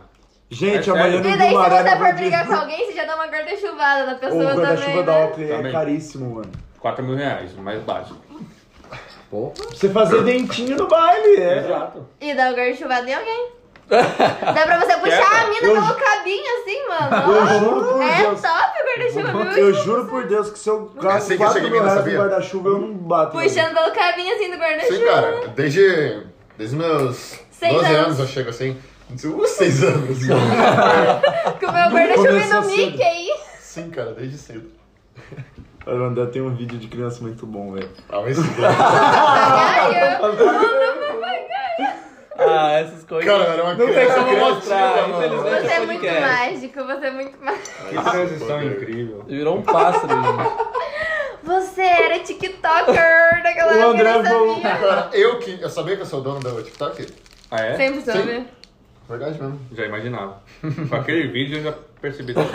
S2: Gente,
S6: É
S2: amanhã
S6: sério?
S2: no
S4: E daí, se você
S2: Guimarães
S4: for
S2: vai
S4: brigar
S2: brigar
S4: com alguém, você já dá uma guarda-chuvada na
S2: O
S4: pessoa
S2: guarda-chuva
S4: também,
S2: da
S4: né?
S2: Oakley é
S6: Também.
S2: caríssimo, mano.
S6: 4 mil reais, o mais baixo.
S2: Pra Você fazer dentinho no baile, é.
S6: Exato.
S4: E dá uma guarda-chuvada em alguém. Dá pra você puxar
S6: Quebra.
S4: a mina pelo cabinho assim, mano.
S2: Eu juro por
S4: É
S2: Deus.
S4: top o guarda-chuva, viu?
S2: Eu juro por Deus que se eu
S3: sei
S2: gasto
S3: É assim que eu
S2: 4
S3: cheguei
S2: mil
S3: em mim,
S2: reais no
S3: sabia?
S2: guarda-chuva, eu não bato.
S4: Puxando pelo cabinho assim do
S3: Sim,
S4: guarda-chuva.
S3: cara, desde. Desde meus
S4: Seis
S3: 12
S4: anos.
S3: anos eu chego assim. Uh, 6 anos, mano.
S4: Com o meu guarda-chuva
S3: Começou
S4: no
S3: cedo.
S4: Mickey aí.
S3: Sim, cara, desde cedo.
S2: Olha, o André tem um vídeo de criança muito bom, velho.
S3: Talvez cedo.
S2: tá
S4: Caralho.
S1: Ah, essas coisas.
S3: Cara, eu era uma
S1: não tem
S3: criança
S1: como
S3: criativa,
S1: mostrar,
S3: mano.
S1: infelizmente.
S4: Você é
S1: Deixa o
S4: muito
S1: podcast.
S4: mágico, você é muito mágico.
S6: Que
S2: Ah,
S6: transição incrível.
S1: Virou um pássaro, gente.
S4: Você era TikToker daquela
S2: O
S4: época,
S2: André é
S4: eu não
S2: Von-
S4: sabia.
S3: Cara, eu que. Eu sabia que eu sou o dono do TikTok?
S6: Ah, é?
S4: Sempre soube.
S3: Verdade mesmo.
S6: Já imaginava. Com aquele vídeo eu já percebi tudo.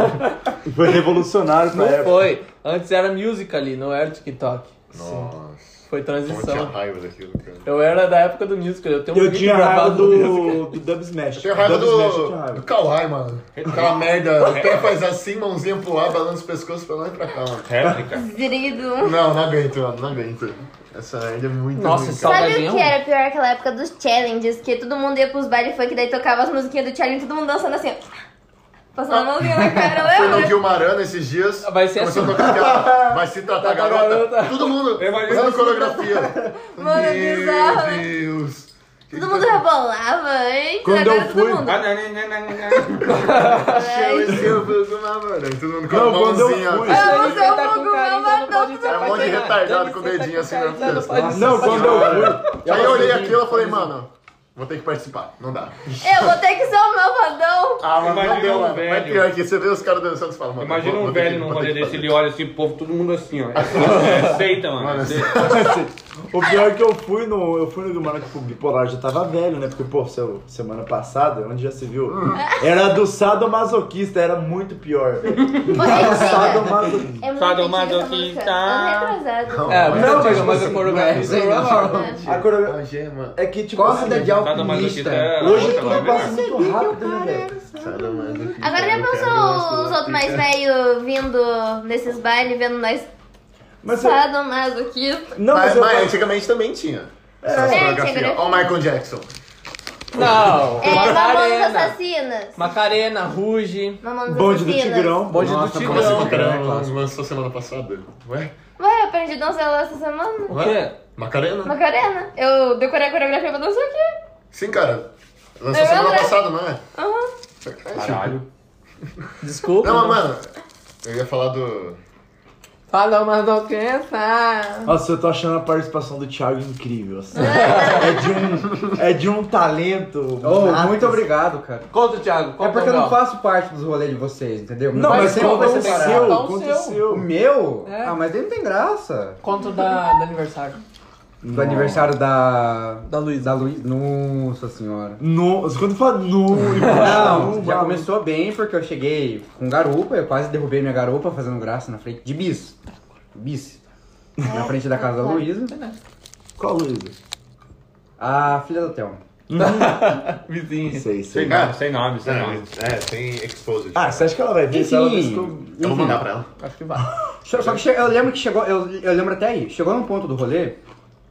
S2: Foi revolucionário pra
S1: Não
S3: É.
S2: época.
S1: foi. Antes era musical ali, não era TikTok.
S3: Nossa.
S1: Foi
S3: Como eu tinha
S1: transição.
S3: raiva daquilo, cara.
S1: Eu era da época do musical. Eu tenho um
S2: Eu
S1: vídeo
S2: tinha raiva
S1: gravado do musical.
S2: do, do Dub Smash.
S3: Eu tenho raiva
S2: Dub Smash, eu tinha
S3: do, do
S2: raiva.
S3: Kawhi, mano. Aquela merda, o pé faz assim, mãozinha pro ar, balança o pescoço pra lá e pra cá, mano.
S6: Réplica.
S4: Zirido.
S3: Não, não aguento, mano, não aguento. Essa merda é muito
S1: Nossa,
S3: ruim,
S1: sal-
S3: cara.
S4: Sabe
S1: Salgadinho?
S4: o que era pior aquela época dos challenges? Que todo mundo ia pros baile funk, daí tocava as musiquinhas do challenge, todo mundo dançando assim, ó. Passando a mãozinha na cara,
S2: Ah.
S3: Fui no
S4: lembra?
S3: Guilmarana esses dias.
S1: Vai ser
S3: começou
S1: assim.
S3: a tocar aquela. Vai se tratar,
S1: Tratar
S3: garota.
S1: garota.
S3: Todo mundo
S6: Eu imagino
S3: fazendo
S6: isso.
S3: coreografia.
S4: Mano, é
S3: Meu
S4: bizarro, né?
S3: Deus.
S4: Todo mundo rebolava antes,
S2: Quando
S4: agora
S2: eu fui-
S4: todo mundo.
S6: Ah, não, não, não, não, não.
S4: é
S3: Achei o seu Fugumá, mano. Todo mundo com a
S2: Não, quando eu
S3: mãozinha.
S2: fui-
S1: Isso aí,
S4: Vamos
S1: quem
S4: ao
S1: tá com
S4: Google,
S1: carinho,
S4: vamos
S1: não pode
S4: ao
S1: se
S3: É um monte de
S1: apaixonar.
S3: retardado com o
S1: Quem tá
S3: dedinho assim na
S1: carinho, não
S3: testa.
S1: pode se
S2: Não, quando eu fui. assim,
S3: Aí eu
S2: eu
S3: olhei
S2: consegui-
S3: aquilo e falei, mano, vou ter que participar. Não dá.
S4: É. Eu vou ter que ser o malvadão.
S3: Ah, mas
S6: Imagina
S3: não deu,
S6: um
S3: mano.
S6: velho.
S3: Mas pior que você vê os caras dançando e fala, mano.
S6: Imagina
S3: vou-
S6: um
S3: vou ter que-
S6: velho num
S3: vou ter
S6: rolê
S3: que
S6: desse,
S3: fazer.
S6: ele olha assim, povo, todo mundo assim, ó. Aceita, mano. aceita.
S2: O pior é que eu fui no. Eu fui no Guilherme que o bipolar já tava velho, né? Porque, pô, se- semana passada, onde já se viu? Era do sadomasoquista, era muito pior, velho.
S4: Ô, Regina,
S2: Sadomasoquista.
S4: É muito
S6: Só do
S4: antiga essa
S6: masoquista.
S2: tá
S4: música. Ano retrasado. É.
S1: É,
S3: Não,
S1: não,
S3: mas-
S1: mas, mas a
S5: é
S1: coreografia.
S2: A coreografia-
S3: Algema.
S2: É que, tipo.
S5: Corda
S2: assim,
S5: de
S6: Tá tomando aqui,
S5: alpinista.
S6: tá?
S2: Hoje
S6: Outra
S2: tudo
S6: vibe,
S2: passa
S6: né?
S2: muito rápido, né, velho?
S4: Agora já pensou os outros mais velhos vindo nesses bailes, vendo nós
S2: Mas é- eu-
S4: sadomasoquistas?
S2: Não, mas,
S3: Mas,
S2: eu.
S3: mas antigamente também tinha. Essa
S4: É,
S3: coreografia.
S4: tinha
S3: Ó, o Michael Jackson.
S1: Não,
S4: É, Mamonas
S1: Macarena.
S4: Assassinas.
S1: Macarena, Ruge,
S4: Mamonas
S2: Bonde do
S4: Assassinas.
S2: Tigrão.
S1: Bonde
S5: Nossa,
S1: do
S5: como assim,
S1: Tigrão.
S5: Macarena?
S3: lançou semana passada. Ué?
S4: Ué, eu aprendi a dançar essa semana.
S1: O quê?
S3: Macarena?
S4: Macarena. Eu decorei a coreografia pra dançar aqui.
S3: Sim, cara. Lançou
S4: Eu
S3: semana
S4: lembro.
S3: passada, não é?
S4: Aham.
S6: Caralho.
S1: Desculpa.
S3: Não, mas, mano, eu ia falar do.
S1: Fala uma doença.
S2: Nossa, eu tô achando a participação do Thiago incrível, assim. é, de um, é de um talento.
S5: Oh,
S2: nato,
S5: muito obrigado, cara.
S1: Conta, Thiago. Conta
S5: É porque eu
S1: o
S5: não
S1: meu.
S5: faço parte dos rolês de vocês, entendeu?
S2: Não,
S5: Vai
S2: mas
S5: sempre
S2: conta
S5: vai
S2: o
S5: ser um separado.
S1: Conta
S2: seu,
S1: o
S2: conta o
S1: seu.
S5: O
S2: seu.
S5: meu?
S1: É.
S5: Ah, mas ele não tem graça.
S1: Conta o da, do aniversário.
S5: Do aniversário da.
S1: Da Luísa.
S5: Da Luiz. Nossa senhora.
S2: Nossa, quando fala nu, e
S5: Não, já
S2: mano.
S5: começou bem porque eu cheguei com garupa, eu quase derrubei minha garupa fazendo graça na frente de bis. Bis. Na frente da casa da Luísa.
S2: Qual Luísa?
S5: A filha da Thelma.
S1: Vizinha.
S2: Sei,
S6: Sem
S2: sei.
S6: nome, sem nome, sem
S3: Não,
S6: nome.
S3: é, tem Exposed.
S2: Ah, você acha que ela vai ver? Se ela ver,
S5: Enfim.
S2: ficou-
S3: eu vou mandar pra ela.
S1: Acho que vai.
S5: Só, só que che- eu lembro que chegou, eu, eu lembro até aí, chegou num ponto do rolê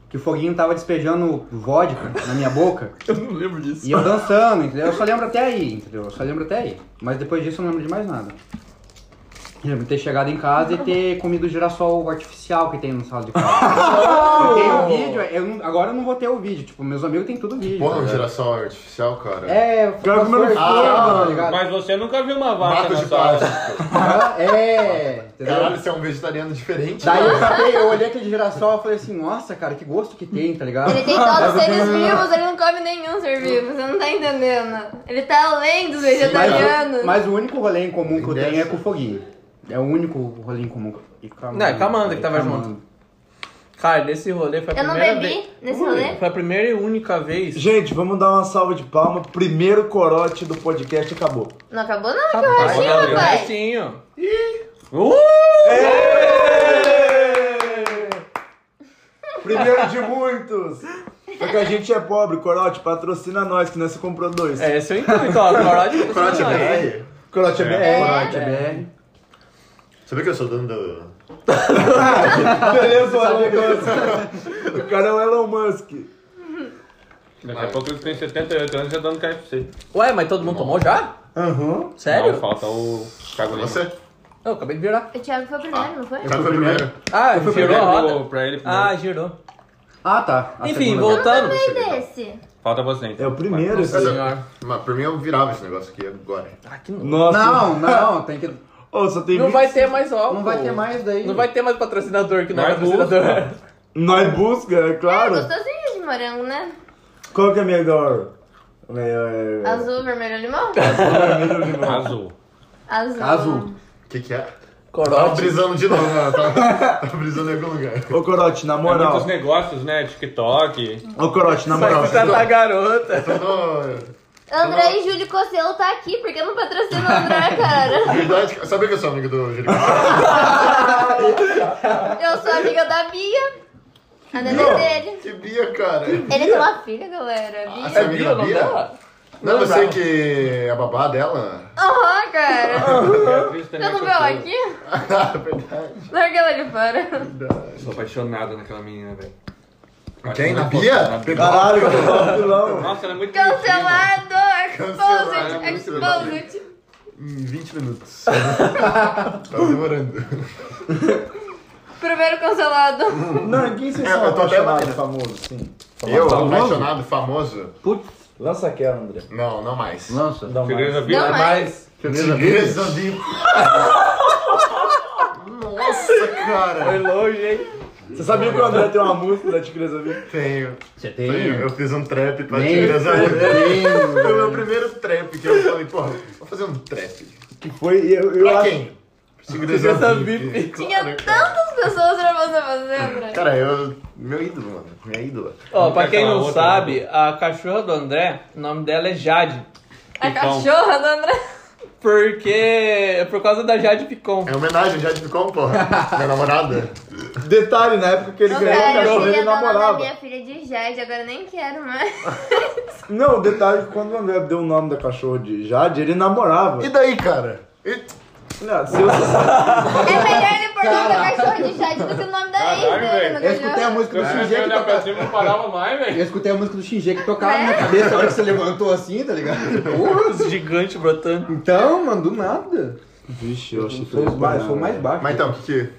S5: que o foguinho tava despejando vodka na minha boca
S1: Eu não lembro disso.
S5: e eu dançando, entendeu? Eu só lembro até aí, entendeu? Eu só lembro até aí. Mas depois disso eu não lembro de mais nada. Eu lembro de ter chegado em casa e ter comido o girassol artificial que tem no sala de casa. tem um vídeo, eu não- agora eu não vou ter o vídeo, tipo, meus amigos têm tudo vídeo.
S3: Porra, um
S5: tá ligado?
S3: girassol artificial, cara.
S5: É,
S2: Cara, como eu não
S5: foi-
S3: falo,
S5: tá ligado?
S6: Mas você nunca viu uma vaca
S3: Um Mato
S6: na
S3: de
S6: sua aula.
S3: plástico.
S5: É, entendeu?
S3: Caralho, você é um vegetariano diferente.
S5: Daí eu, acabei, eu olhei aquele girassol e falei assim, nossa, cara, que gosto que tem, tá ligado?
S4: Ele tem todos os seres vivos, ele não come nenhum ser vivo. Você não tá entendendo. Ele tá além dos vegetarianos.
S5: Mas, mas o único rolê em comum que eu tenho é
S3: Dessa.
S5: com o Foguinho. É o único rolê em comum. E com a
S1: Não, é com a Amanda que tava
S5: Amanda.
S1: junto. Cara, nesse rolê foi a
S4: Eu não
S1: primeira
S4: bebi
S1: vez.
S4: nesse rolê.
S1: Foi a primeira e única vez.
S2: Gente, vamos dar uma salva de palma. Primeiro corote do podcast acabou.
S4: Não acabou não, que eu achei,
S6: Acabou,
S1: Gabriel.
S4: rapaz.
S1: Restinho.
S2: Primeiro de muitos. Porque a gente é pobre, corote, patrocina nós, que nós você comprou dois.
S1: É, esse é o intuito, ó. Corote
S3: Corote
S1: é
S3: BR.
S2: Corote é,
S4: É.
S5: Corote BR.
S3: Sabia que eu sou dono do.
S2: Beleza, olha O cara é o Elon Musk.
S6: Daqui a pouco eles têm 78 anos e já dando KFC.
S1: Ué, mas todo mundo tomou já?
S2: Aham.
S6: Não,
S1: Sério?
S6: falta o Thiago Lima.
S3: Você? é
S1: Eu acabei de virar.
S4: O Thiago foi o primeiro, não foi?
S3: Tá foi primeiro.
S1: Ah, girou a roda.
S6: Pra ele,
S1: Ah, girou.
S5: Ah, tá. A
S1: Enfim,
S5: segunda.
S1: voltando.
S4: Foi desse.
S6: Falta você, então.
S2: É o primeiro.
S1: Nossa
S2: esse-
S1: senhora.
S3: Mas por mim eu virava esse negócio aqui agora.
S1: Ah, que não.
S2: Nossa.
S5: Não, não, tem que.
S2: Ô, só tem
S1: Não
S2: 20.
S1: vai ter mais álcool.
S5: Não vai ter mais daí.
S1: Não vai ter mais patrocinador que não é
S6: Vai busca.
S1: patrocinador.
S2: Nós busca, é
S4: É
S2: claro.
S4: gostosinho de morango, né?
S2: Qual que é melhor? É, Melhor.
S4: Azul, vermelho, limão?
S2: Vermelho ou limão?
S6: Azul.
S4: Azul.
S5: Azul.
S3: O que, que é? Tava
S1: Corote.
S3: brisando de novo, mano. Tava, tava brisando em algum lugar.
S2: Ô, Corote, na
S6: É muitos
S2: moral.
S6: negócios, né? TikTok.
S2: Ô, Corote, na moral.
S1: Vai contratar a garota.
S3: tá Todo...
S4: André e Júlio Cosselo tá aqui, porque não patrocina o André, cara?
S3: Verdade, sabia que eu sou amigo do Júlio?
S4: Eu sou amiga da Bia, a neném dele.
S3: Que Bia, cara.
S4: Ele tem uma filha, galera.
S3: Você é
S4: Bia.
S3: amigo da Bia? Não, você que é a babá dela?
S4: Aham,
S6: Ah,
S4: cara.
S6: Beatriz
S4: Você
S6: também
S4: não
S6: é
S4: viu ela
S6: gostosa.
S4: aqui?
S3: É Verdade.
S4: Larga ela de fora.
S6: Eu Sou apaixonado naquela menina, velho.
S3: Quem? Na
S6: Apaixonado
S3: Bia?
S6: por- na
S2: Caralho, que vilão.
S6: Nossa, ela é muito bonitinha, mano.
S4: Cancelado!
S3: Cancelado,
S4: Exposed! Exposed!
S3: Em 20 minutos. tá demorando.
S4: Primeiro cancelado.
S2: Não, quem vocês
S3: É,
S2: são
S3: eu tô até
S2: apaixonados,
S3: lá.
S2: famoso, sim?
S3: Eu,
S5: famoso?
S3: apaixonado, famoso?
S5: Putz,
S2: Lança aquela, André.
S3: Não, não mais.
S5: lança.
S2: Dá um uma-
S6: Figueiredo Bia.
S4: Não, é. mas-
S3: Tigresa de... Nossa, cara.
S1: longe, hein?
S2: Você sabia que o André tem uma música da Tigresa Viva?
S3: Tenho.
S5: Você tem?
S3: Tenho. Eu fiz um trap pra
S5: Nem
S3: Tigresa
S5: fudendo.
S3: Foi o meu primeiro trap que eu falei, porra, vou fazer um trap.
S2: Que foi, e eu, eu
S3: Pra
S2: acho...
S3: quem? Tigresa
S1: Tigresa
S3: VIP.
S1: VIP.
S4: Tinha
S3: Claro, cara.
S4: tantas pessoas pra você fazer, André.
S3: Cara, eu... Meu ídolo, mano. Minha ídola.
S1: Ó, pra
S6: Nunca
S1: quem
S6: aquela
S1: não
S6: outra,
S1: sabe, a cachorra do André, o nome dela é Jade.
S4: A
S6: Então.
S4: cachorra do André.
S1: Porque. é Por causa da Jade Picon.
S3: É homenagem, já de como, porra? Minha namorada.
S2: Detalhe, na época que ele
S4: Não,
S2: ganhou, o
S4: cara, eu
S2: cachorro
S4: queria
S2: ele
S4: dar o nome da
S2: namorava.
S4: minha filha de Jade, agora eu nem quero mais.
S2: Não, o detalhe é que quando o André deu o nome da cachorra de Jade, ele namorava.
S3: E daí, cara? E...
S2: Não, se eu...
S4: É melhor ele pôr o nome da cachorra de Jade do que o nome da ex
S6: Caralho,
S4: dele.
S6: velho.
S4: no
S5: Eu escutei a
S4: cachorro.
S5: música
S6: Eu
S5: do
S6: comecei
S5: Xingê
S6: a
S5: que
S6: olhar pra
S5: tocava.
S6: cima e não parava mais,
S5: Eu
S6: velho.
S5: escutei a música do Xingê que tocava na
S4: É?
S5: minha cabeça a hora que você levantou assim, tá ligado? Porra.
S1: Os Um gigantes brotando.
S5: Então, mano, do nada.
S2: Vixe, eu achei que
S5: Foi né? o mais,
S2: né?
S5: foi o mais baixo.
S3: Mas então, o que que...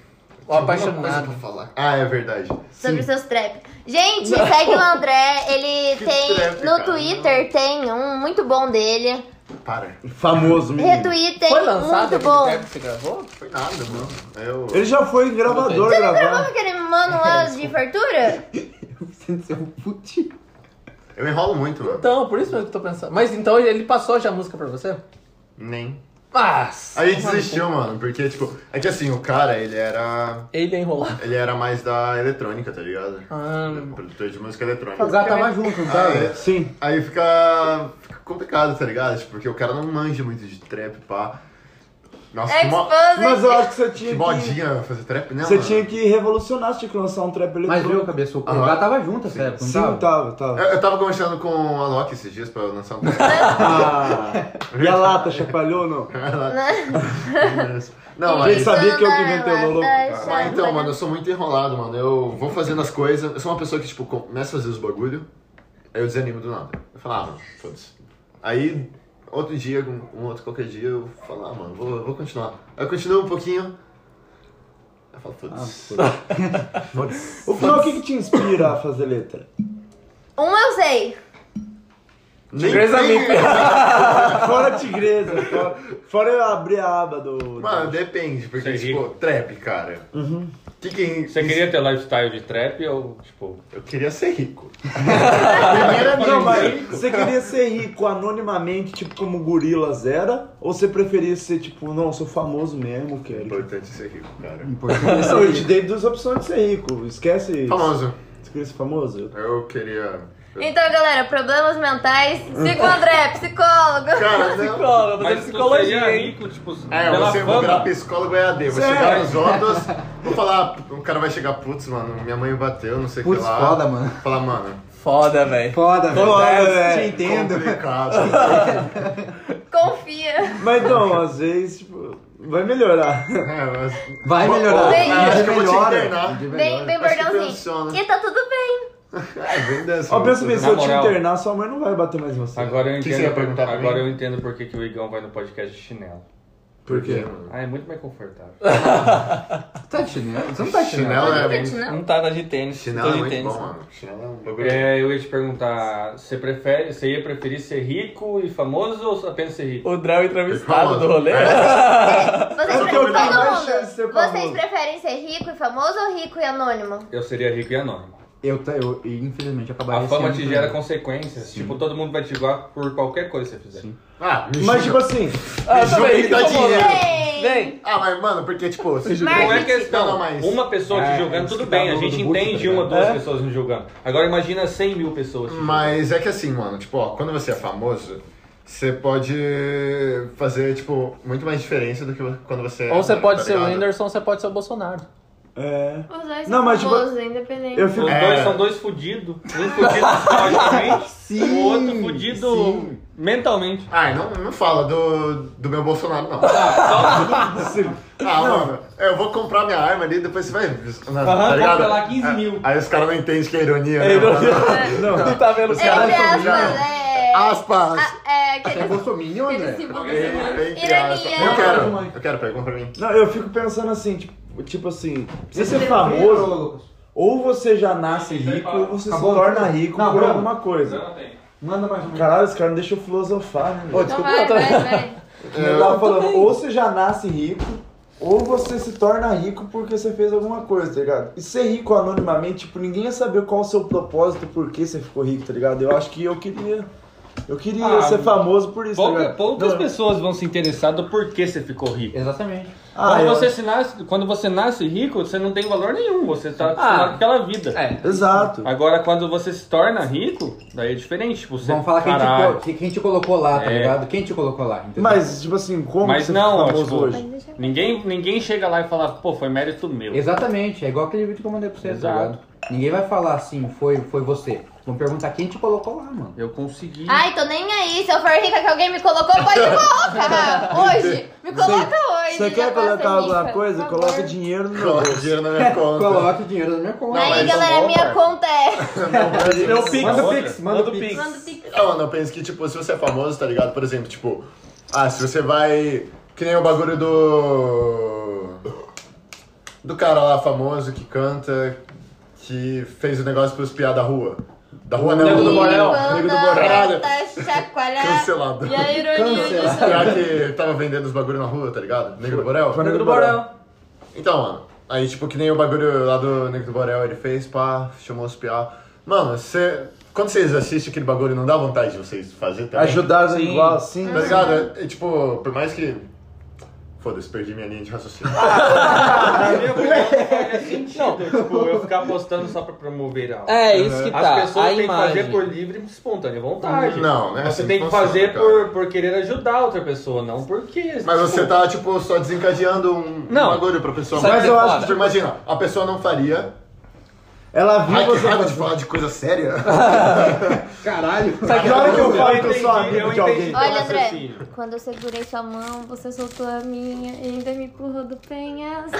S1: O apaixonado.
S3: Pra falar. Ah, é verdade.
S4: Sobre os seus trap. Gente, segue o André. Ele
S3: Que
S4: tem.
S3: trap,
S4: no
S3: cara.
S4: Twitter tem um muito bom dele.
S3: Para.
S2: Famoso, menino.
S4: Retweetem.
S1: Foi lançado
S4: Muito
S1: aquele
S4: bom.
S1: trap que você gravou?
S3: Foi nada, mano. Eu...
S2: Ele já foi gravador
S4: Você não gravou
S2: gravar.
S4: aquele manual de fartura?
S5: Você é um putinho.
S3: Eu enrolo muito, mano.
S1: Então, por isso mesmo que eu tô pensando. Mas então ele passou já a música pra você?
S3: Nem.
S1: Mas.
S3: Aí desistiu, mano, porque, tipo, é que assim, o cara, ele era.
S1: Ele é enrolado.
S3: Ele era mais da eletrônica, tá ligado?
S1: Ah.
S3: Ele é Produtor de música
S5: O
S3: eletrônica.
S5: gato tava junto, não
S3: Ah,
S5: tava?
S3: é.
S2: Sim.
S3: Aí fica, fica complicado, tá ligado? Tipo, Porque o cara não manja muito de trap, pá. Nossa, que, mo...
S2: Mas eu
S4: É Exposed.
S2: acho que você tinha
S3: que
S2: que...
S3: modinha fazer trap, né?
S2: Você
S3: mano?
S2: tinha que revolucionar, você tinha que lançar um trap
S5: Mas viu,
S2: eletrônico.
S5: cabeça, o
S3: Aham.
S5: gato tava junto essa época, não
S2: Sim, tá. tava,
S5: tava?
S2: tava.
S3: Eu, eu tava conversando com a Loki esses dias pra lançar um trap.
S2: Ah, e a lata chacoalhou ou não?
S3: né? não,
S2: Ele
S3: mas.
S2: sabia que eu que inventei o Lolo.
S3: Ah, então, mano, eu sou muito enrolado, mano. Eu vou fazendo as coisas. Eu sou uma pessoa que, tipo, começa a fazer os bagulho, aí eu desanimo do nada. Eu falo, ah, mano, foda-se. Aí, outro dia, um, um outro qualquer dia, eu falo, ah, mano, vou, vou continuar. Aí eu continuo um pouquinho. Aí eu falo, foda-se.
S2: O final, o que, que te inspira a fazer letra?
S4: Um eu sei.
S3: Nem
S1: Tigresa
S3: tem-
S2: Fora a tigresa, fora, fora eu abrir a aba do.
S3: Mano, depende, porque,
S6: Ser
S3: tipo,
S6: rico.
S3: trap, cara. Que que
S6: Você queria ter lifestyle de trap ou, tipo...
S3: Eu queria ser rico. É
S2: não, mas você queria ser rico anonimamente, tipo como gorilas era? Ou você preferia ser tipo, não, eu sou famoso mesmo,
S3: É
S2: quero.
S3: importante ser rico, cara.
S5: Importante.
S2: Não, eu te dei duas opções de ser rico, esquece isso.
S3: Famoso.
S2: Você queria ser famoso?
S3: Eu queria.
S4: Então, galera, problemas mentais. Siga o André, psicólogo.
S3: Cara, não.
S1: Psicóloga, mas
S6: Mas
S1: psicologia,
S6: você é
S1: hein?
S6: rico, tipo,
S3: É,
S6: pela
S3: você vou virar
S6: fama.
S3: psicólogo EAD, vou
S2: Sério?
S3: chegar nos outros, vou falar, o cara vai chegar, putz, mano, minha mãe bateu, não sei o que
S5: Putz,
S3: lá.
S5: foda, mano.
S3: Falar, mano,
S1: Foda, velho.
S5: Foda, velho. É,
S2: Foda,
S5: Te
S2: velho.
S5: entendo.
S3: complicado.
S4: Confia.
S2: Mas então, às vezes, tipo, vai melhorar.
S3: é, mas...
S5: Vai
S3: Bom,
S5: melhorar.
S4: Bem,
S5: A
S3: acho
S5: gente
S3: que eu vou te
S5: melhora.
S3: internar.
S5: A gente
S4: Bem,
S5: melhora.
S4: bem
S3: Acho que
S4: bordãozinho.
S3: funciona.
S4: E tá tudo bem.
S3: É, vem dessa.
S2: Ó, pensa bem, se
S6: Na
S2: eu te
S6: moral.
S2: internar, sua mãe não vai bater mais em você.
S6: Agora eu
S3: O que você ia
S6: entendo,
S3: perguntar pra mim?
S6: agora eu entendo porque que o Igão vai no podcast de chinelo.
S2: Por quê?
S6: Ah, é muito mais confortável.
S5: Tá de chinelo? Você não tá de chinelo?
S3: Chinelo é
S4: Nunca
S3: muito-
S4: te não.
S1: Não tá na de tênis.
S3: Chinelo
S1: tô
S3: é
S1: de
S3: muito
S1: tênis.
S3: bom, mano. Chinelo é um bagulho.
S6: É, eu ia te perguntar, você prefere, você ia preferir ser rico e famoso ou apenas ser rico?
S1: O Drão entrevistado
S3: Famoso.
S1: do rolê. Ah,
S4: Vocês,
S2: Porque eu
S4: pre-
S2: tava
S4: todo
S2: mais chance de ser
S4: mundo,
S2: famoso.
S4: vocês preferem ser rico e famoso ou rico e anônimo?
S6: Eu seria rico e anônimo.
S5: Eu, tá- eu, infelizmente, acabaria
S6: A fama
S5: sendo
S6: te gera
S5: também.
S6: consequências. Tipo, todo mundo vai te igualar por qualquer coisa que você fizer.
S3: Ah, me
S2: Mas,
S3: julga.
S2: tipo assim,
S1: Ah,
S3: Me julga que dá dinheiro.
S4: Vem!
S3: Ah, mas mano, porque tipo, se
S4: Mas-
S6: Não é
S4: Marketing.
S6: questão.
S3: Não, mas-
S6: Uma pessoa
S5: É,
S6: te julgando,
S5: isso
S6: tudo
S5: que tá
S6: bem. A
S5: no-
S6: gente
S5: no boot,
S6: entende
S5: tá
S6: uma,
S5: ligado?
S6: duas
S1: É.
S6: pessoas me julgando. Agora imagina 100 mil pessoas. te julgando.
S3: Mas é que assim, mano, tipo, ó, quando você é famoso, você pode fazer, tipo, muito mais diferença do que quando você é.
S1: Ou você
S3: anônimo,
S1: pode
S3: tá
S1: ser o
S3: ligado?
S1: Whindersson, ou você pode ser o Bolsonaro.
S2: é.
S4: Os dois
S2: Não,
S4: são
S2: mas, tipo,
S4: famosos, independente.
S2: Eu fico.
S6: Os
S3: É.
S6: dois são dois fudidos. Um fudido psicologicamente, o outro fudido
S3: sim.
S6: mentalmente.
S3: Ai, não, não fala do, do meu Bolsonaro, não. Ah, mano, eu vou comprar minha arma ali, depois você vai. né? Aham,
S6: compra lá 15 mil.
S3: Aí os caras não entendem que é ironia, né?
S2: Não,
S1: Tu tá vendo os
S4: Entre
S1: caras?
S3: são
S4: aspas,
S3: bizarros.
S4: é...
S3: Aspas!
S4: a- é,
S5: Você é
S4: aquele,
S5: bolsominion,
S4: aquele
S5: André?
S4: símbolo
S3: Entre
S4: do
S3: aspas. Eu
S4: Ironia.
S3: quero, eu quero, pega uma pra mim.
S2: não, eu fico pensando assim, tipo, tipo assim, você ser famoso, ou você já nasce rico, ou você
S5: Acabou.
S2: se torna rico
S5: Não,
S2: por
S5: não.
S2: alguma coisa.
S5: Manda mais um.
S2: Caralho, esse cara não deixa eu filosofar, né? velho?
S4: Então vai, vai, vai.
S2: Eu tava falando, ou você já nasce rico, ou você se torna rico porque você fez alguma coisa, tá ligado? E ser rico anonimamente, tipo, ninguém ia saber qual o seu propósito, por que você ficou rico, tá ligado? Eu acho que eu queria. Eu queria
S6: Ah,
S2: ser famoso por isso, tá
S6: Pouca,
S3: é
S2: ligado?
S6: poucas
S2: Não,
S6: pessoas vão se interessar do porquê você ficou rico.
S5: Exatamente.
S2: Ah,
S6: quando,
S2: eu-
S6: você se nasce, quando você nasce rico, você não tem valor nenhum. Você tá acostumado com aquela vida.
S5: É.
S2: É. Exato.
S6: Agora, quando você se torna rico, daí é diferente. Tipo, você,
S5: Vamos falar quem
S6: caralho.
S5: te, co- quem te colocou lá, tá
S6: É.
S5: ligado? Quem te colocou lá, entendeu?
S2: Mas, tipo assim, como
S6: Mas
S2: você
S6: não,
S2: ficou
S6: ó,
S2: famoso
S6: tipo,
S2: hoje?
S6: Ninguém, ninguém chega lá e fala, pô, foi mérito meu.
S5: Exatamente, é igual aquele vídeo que eu mandei pra você, tá
S6: Exato.
S5: ligado? Ninguém vai falar assim, foi, foi você. Vão perguntar quem te colocou lá, mano.
S6: Eu consegui.
S4: Ai, tô nem aí. Se eu for rica que alguém me colocou, pode me colocar hoje. Me coloca hoje.
S2: Você
S4: já
S2: quer
S4: posso ser
S2: colocar alguma
S4: rica,
S2: coisa?
S4: por
S2: Coloca
S4: favor.
S2: dinheiro no meu
S3: Coloca
S2: bolso.
S3: dinheiro na minha conta.
S5: Coloque dinheiro na minha conta.
S3: Não,
S4: Aí,
S3: mas- é
S4: galera, minha conta é...
S1: Meu pix.
S6: Manda o
S1: pix, manda o pix.
S4: Manda o pix.
S3: Não, mano, eu penso que, tipo, se você é famoso, tá ligado? Por exemplo, tipo, ah, se você vai. Que nem o bagulho do. Do cara lá famoso que canta, que fez o negócio pros piá da rua. Da rua não,
S1: Nego do
S4: E
S1: Borel,
S4: quando
S3: Nego do Borel.
S4: a gente chacoalhar
S3: Cancelado.
S4: E a ironia
S5: Cancelado.
S4: disso.
S3: Piá que tava vendendo os bagulho na rua, tá ligado? Nego do Borel.
S2: Foi
S1: Tipo, Nego do Borel.
S3: Então, mano, aí tipo, que nem o bagulho lá do Nego do Borel, ele fez, pá, chamou os piá. Mano, você. Quando vocês assistem aquele bagulho, não dá vontade de vocês fazer, tá ligado?
S2: Ajudar
S1: Sim.
S2: igual, assim. sim.
S3: Tá ligado? É, é, tipo, por mais que. Foda-se, perdi minha linha de raciocínio.
S6: Ah, Meu, faz sentido, tipo, eu ficar postando só pra promover algo.
S1: É, isso que
S6: As
S1: tá.
S6: pessoas
S1: a
S6: têm que
S1: imagem.
S6: fazer por livre e espontânea vontade.
S3: Não, né?
S6: tá, Você
S3: Assim
S6: tem que
S3: funciona,
S6: fazer
S3: cara.
S6: por, por querer ajudar outra pessoa, não porque.
S3: Mas
S6: tipo,
S3: você tá, tipo, só desencadeando um, um
S6: Não.
S3: bagulho pra pessoa.
S1: Sabe
S3: Mas
S1: que
S3: eu
S1: eu
S3: acho
S1: acho?
S3: que, tipo, imagina, a pessoa não faria.
S2: Ela viu
S3: Ai, que
S2: você.
S3: raiva de falar de coisa séria.
S5: Caralho.
S2: Na hora que eu falo que eu sou
S6: entendi,
S2: amigo de alguém.
S6: entendi.
S4: Olha, André,
S6: raciocínio.
S4: quando eu segurei sua mão, você soltou a minha e ainda me empurrou do penhasco.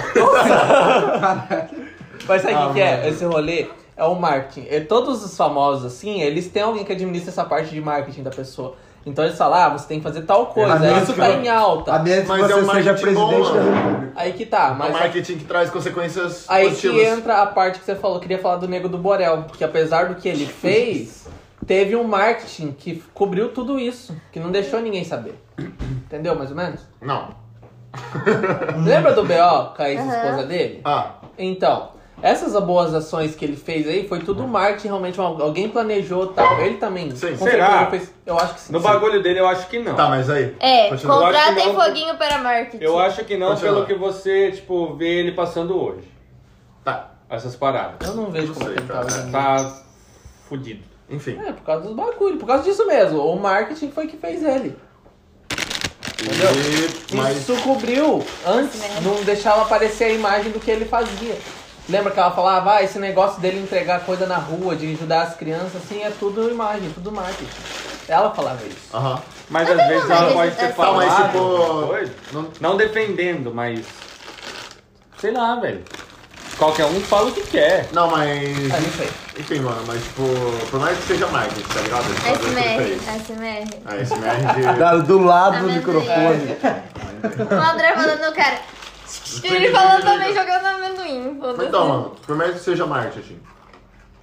S1: Mas sabe o que, que é? Esse rolê é o marketing. E todos os famosos, assim, eles têm alguém que administra essa parte de marketing da pessoa. Então eles falam, ah, você tem que fazer tal coisa.
S2: A
S1: Isso
S2: mesma-
S1: tá em
S2: A
S1: alta.
S2: menos que
S3: Mas é
S2: você
S3: um
S2: seja
S3: marketing bom,
S2: presidente da
S3: mano.
S2: república.
S1: Aí que tá,
S3: O
S1: mas.
S3: marketing que traz consequências
S1: Aí que
S3: positivas.
S1: entra a parte que você falou, queria falar do Nego do Borel, que apesar do que ele fez, teve um marketing que cobriu tudo isso, que não deixou ninguém saber. Entendeu, mais ou menos?
S3: Não.
S1: Lembra do B.O. com a ex-esposa
S4: Aham.
S1: dele?
S3: Ah,
S1: Então, essas boas ações que ele fez aí, foi tudo marketing, realmente, al- alguém planejou e tal. Ele também,
S3: Sim.
S1: com
S6: Será?
S1: certeza, fez... Eu acho que sim.
S6: No
S1: sim.
S6: bagulho dele, eu acho que não.
S3: tá, mas aí.
S4: É,
S3: Continua.
S6: Eu
S4: contratem
S6: acho que não.
S4: foguinho para marketing.
S6: Eu acho que não,
S3: Continua.
S6: pelo que você, tipo, vê ele passando hoje.
S3: Tá.
S6: Essas paradas.
S1: Eu não vejo
S3: Não
S1: como
S3: sei,
S1: ele
S3: cara.
S1: tava ganhando.
S6: Tá fudido.
S3: Enfim.
S1: É, por causa dos bagulhos, por causa disso mesmo. O marketing foi que fez ele.
S3: E, mas.
S1: Isso cobriu antes, não deixava aparecer a imagem do que ele fazia. Lembra que ela falava, ah, esse negócio dele entregar coisa na rua, de ajudar as crianças, assim, é tudo imagem, tudo marketing. Ela falava isso.
S3: Aham.
S6: Mas às vezes ela pode ter
S3: Tá,
S6: falado.
S3: mas
S6: alguma coisa.
S3: tipo. Não,
S6: Não defendendo, mas. Sei lá, velho. Qualquer um fala o que quer.
S3: não, mas.
S1: Ah, não sei.
S3: Enfim, mano, mas tipo, por mais que seja marketing, tá ligado?
S4: É
S3: Ele faz o que ele
S4: SMR,
S3: fez.
S4: SMR.
S3: A SMR de.
S2: Do lado
S4: Tá
S2: do
S4: vendo
S2: microfone.
S4: aí? O André falando, eu quero. Ele falando também, jogando amendoim. foda-se.
S3: Então, mano, por mais que seja marketing, assim.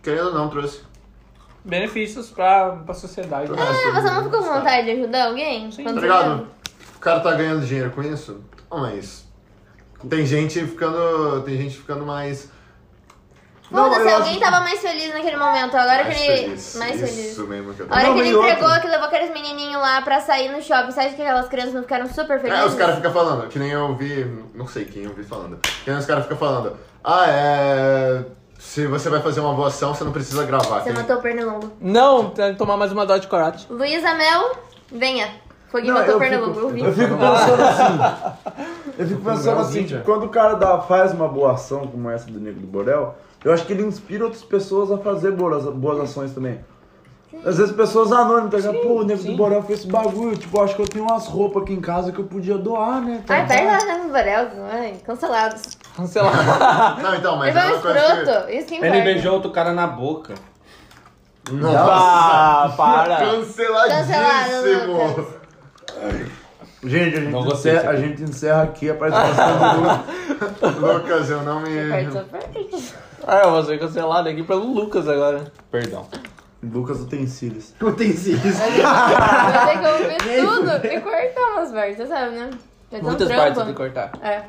S3: querendo ou não, trouxe.
S1: Benefícios pra, pra sociedade.
S4: Ah, você não ficou com vontade de ajudar alguém? Sim,
S3: Tá ligado? O cara tá ganhando dinheiro com isso, mas tem gente ficando, tem gente ficando mais
S4: Foda-se,
S2: Não, eu
S4: alguém
S2: acho-
S4: tava mais feliz naquele momento. Agora
S3: mais
S4: que ele.
S3: feliz.
S4: Mais feliz.
S3: Isso mesmo que eu tô
S4: A hora
S2: Não,
S4: que ele
S2: e outra?
S4: entregou, que levou aqueles menininhos lá pra sair no shopping, sabe que aquelas crianças não ficaram super felizes?
S3: É, os caras ficam falando, que nem eu ouvi, não sei quem eu ouvi falando, que nem os caras ficam falando, ah, é. Se você vai fazer uma boa ação, você não precisa gravar.
S4: Você
S3: Quem-
S4: matou o pernilongo.
S1: Não, tem que tomar mais uma dose de corote.
S4: Luísa Mel, venha. Foguinho
S2: Não,
S4: matou o
S2: eu
S4: pernilongo,
S2: fico-
S4: eu vi. Ah.
S2: Eu fico pensando assim. Eu fico pensando assim, tipo, quando o cara dá- faz uma boa ação como essa do Negro do Borel, eu acho que ele inspira outras pessoas a fazer boas, boas ações também. Às vezes pessoas anônimas, tá ligado? pô, o Negro do Borel fez esse bagulho, tipo, acho que eu tenho umas roupas aqui em casa que eu podia doar, né? tá
S4: Ai,
S2: ligado?
S4: perde lá né, Varel, ai, cancelados.
S1: Cancelar.
S3: Não, então, mas
S4: Ele
S3: é
S4: é um
S3: uma coisa que...
S4: escroto, isso que importa.
S6: Ele beijou outro cara na boca.
S3: Nossa!
S1: para.
S4: Cancelado,
S3: Canceladíssimo!
S4: Lucas.
S2: Gente, a gente,
S6: Não gostei,
S2: encerra, a gente encerra aqui a participação do
S3: Lucas, eu não me...
S1: Ah, eu vou ser cancelado aqui pelo Lucas agora.
S6: Perdão.
S2: Lucas Utensílios.
S5: Tu tem isso.
S4: Eu tenho que ouvir tudo e cortar umas partes, você sabe, né? Eu tenho um
S1: Muitas
S4: trampo.
S1: partes tem que cortar.
S4: É.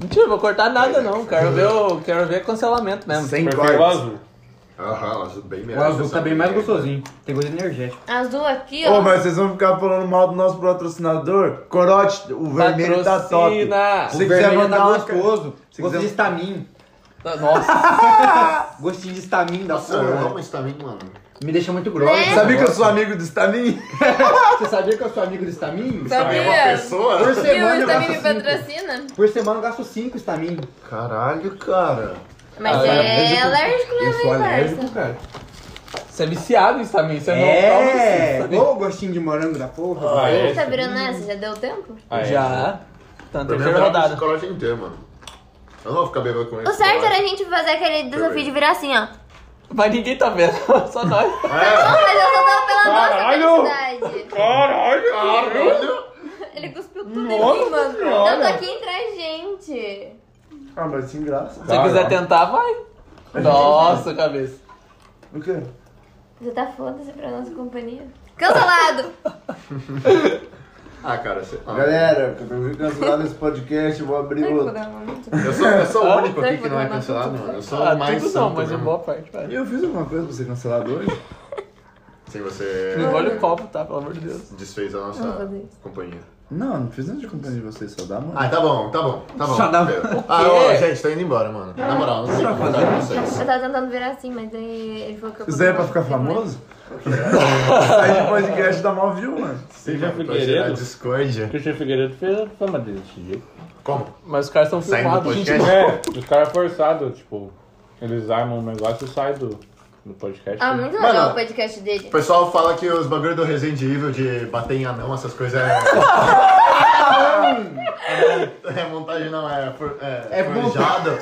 S1: Mentira, eu vou cortar nada não. Quero ver, o, quero ver cancelamento mesmo.
S2: Sem
S6: Prefiro o
S2: cortes.
S6: azul.
S3: Aham, o azul bem
S5: O
S3: melhor.
S5: azul tá bem mais
S3: Essa
S5: gostosinho. Tem coisa energética.
S4: Azul aqui,
S2: Ô,
S4: ó.
S2: mas vocês vão ficar falando mal do nosso patrocinador? Corote, o vermelho tá top.
S1: Patrocina.
S2: Se
S5: O
S2: você quiser
S5: vermelho
S2: mandar
S5: tá
S2: uma-
S5: gostoso.
S2: Se
S5: Gosto
S2: quiser-
S5: de estamin.
S1: Nossa,
S5: Gostinho de estamin da
S3: Nossa, eu amo
S5: porra.
S3: isso também, mano.
S5: Me deixa muito grossa.
S4: Né?
S2: Sabia que eu sou amigo do Stamin?
S5: Você sabia que eu sou amigo do
S1: tá
S5: estamin?
S3: Também é uma
S4: Sabia?
S3: pessoa? né?
S5: Por
S4: E o
S5: semana eu
S4: Instagram tá me
S5: gasto cinco.
S4: patrocina?
S5: Por semana eu gasto 5 estamin.
S3: Caralho, cara.
S4: Mas
S1: Ah,
S4: é alérgico, né,
S5: Eu sou
S4: meu
S5: alérgico, cara.
S1: você é viciado em mim,
S2: Tá
S1: você não né? toma
S5: É,
S1: isso.
S5: ô gostinho de morango da porra.
S6: Ah, é?
S4: Tá virando essa? Já deu tempo?
S6: Ah, é.
S1: Já. Tá na
S3: Pra mim,
S1: terceira rodada.
S3: corote inteiro, mano. Eu não vou ficar bebendo com isso.
S4: O certo era a gente fazer aquele desafio de virar assim, ó.
S1: Mas ninguém tá vendo, só nós.
S4: Não,
S3: É,
S4: mas eu só tava pela nossa felicidade.
S3: caralho.
S4: Ele cuspiu tudo em mim, mano. Eu tô aqui entre a gente.
S2: Ah, mas sem graça.
S1: Se quiser tentar, vai. Nossa, cabeça.
S2: O quê?
S4: Você tá foda-se pra nossa companhia. Cancelado!
S3: Ah, cara, você... Ah,
S2: Galera, eu fui cancelado esse podcast, vou abrir
S4: Ai,
S2: outro.
S4: cuidado, muito.
S3: Eu sou, eu sou o único
S4: Não,
S3: aqui que não é
S4: não,
S3: cancelado, mano. Eu sou
S1: Ah,
S3: o mais.
S1: tudo não,
S3: santo
S1: mas é
S3: mesmo.
S1: boa parte, vai.
S2: Eu fiz alguma coisa pra ser cancelado hoje?
S3: Sem você.
S1: Não engole o copo, tá? Pelo amor de Deus.
S3: Desfez a nossa
S4: Não vou fazer isso.
S3: companhia.
S2: Não, não fiz nada de companhia de vocês, só dá mano.
S3: Ah, tá bom, tá bom, tá bom.
S5: Só dá-
S3: Ah,
S1: O
S3: ô,
S1: quê?
S3: gente, tô indo embora, mano. Na moral, não sei o que contar pra vocês.
S4: Eu tava tentando virar assim, mas aí ele falou que eu.
S2: Isso daí é pra ficar famoso? Sai de podcast dá mal view, mano.
S3: Sim,
S6: já
S3: mano, pra
S6: Figueiredo?
S3: gerar discórdia.
S6: Cristian Figueiredo fez a fama dele esse dia.
S3: Como?
S1: Mas os caras são
S3: Saindo do
S1: filmados, gente.
S3: podcast?
S6: É, os caras forçados, tipo, eles armam um negócio e saem do, do podcast.
S4: Ah, muito
S3: Mano,
S4: legal o podcast dele.
S3: O pessoal fala que os bagulho do Resident Evil de bater em anão, essas coisas é. é montagem, não, é. For, é,
S5: É
S3: forjado.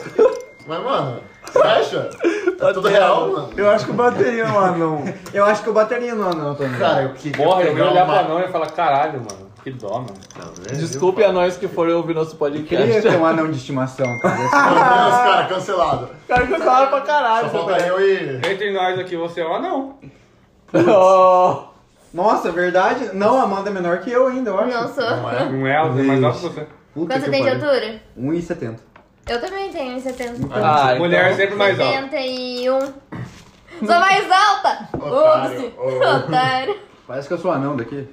S3: Mas, mano, você acha? É tudo real, mano.
S2: Eu acho que eu bateria um anão.
S5: Eu acho que eu bateria no anão também.
S3: Cara, eu queria
S6: Porra, eu ia
S3: pegar
S6: olhar
S3: uma-
S6: pra não e falar, caralho, mano, que dó, mano.
S3: Não, né?
S1: Desculpe a nós que foram ouvir nosso
S5: Queria
S1: podcast.
S5: ter um anão de estimação, cara.
S3: Meu Deus, cara, cancelado.
S1: Cara, que eu tava pra caralho. né?
S3: Só falta eu e.
S6: Entre nós aqui, você é um anão.
S1: Oh,
S5: Nossa, verdade? Não, a Amanda é menor que eu ainda, eu acho.
S4: Não sou.
S3: Não é?
S6: Não é, você é mais alto que você.
S5: Puta
S4: Quanto
S5: que
S4: tem de
S5: pariu.
S4: altura?
S5: 1,70.
S4: Eu também tenho 70.
S1: ah,
S6: Mulher é
S1: então.
S6: sempre mais alta.
S4: 71. Sou mais alta!
S3: Otário.
S4: Foda-se!
S3: Ô.
S4: Otário!
S5: Parece que eu sou anão daqui.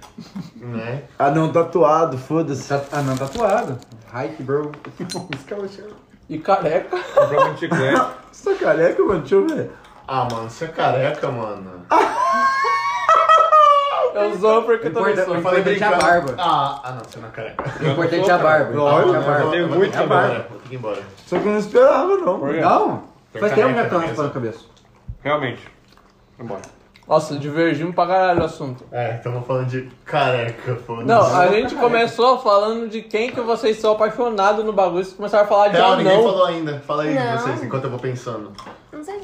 S3: Né?
S2: Anão Ah, tatuado, foda-se.
S5: Tá- anão tatuado. Hike, bro. Isso que eu achei.
S1: E careca.
S6: Comprou um chiclete.
S2: Você tá careca, mano? Deixa eu ver.
S3: Ah, mano, você é careca, mano.
S1: Eu sou porque eu tô
S5: Importa-
S1: no
S3: Eu
S1: sono.
S3: falei
S5: Importante é a
S3: brincando.
S5: barba.
S3: Ah, ah, não, você não é careca.
S5: O importante é a barba.
S3: Ah,
S5: o importante é a
S3: não,
S5: barba.
S3: vou-
S6: Tem
S3: vou
S6: muito
S3: ter que ir
S6: barba.
S3: embora, Vou ter que ir embora.
S2: Só que eu não esperava, não.
S6: Por
S2: mano.
S6: quê?
S5: Não, faz tempo já que eu não
S3: Careca
S5: raspando a cabeça.
S6: Realmente. Vambora.
S1: Nossa, divergimos pra caralho o assunto.
S3: É, estamos falando de careca, foda-se.
S1: Não, a gente começou falando de quem que vocês são apaixonados no bagulho. Vocês começaram a falar de
S3: Real, É, ninguém
S1: anão.
S3: falou ainda. Fala aí
S4: Não.
S3: de vocês, enquanto eu vou pensando.
S4: Não sei, né?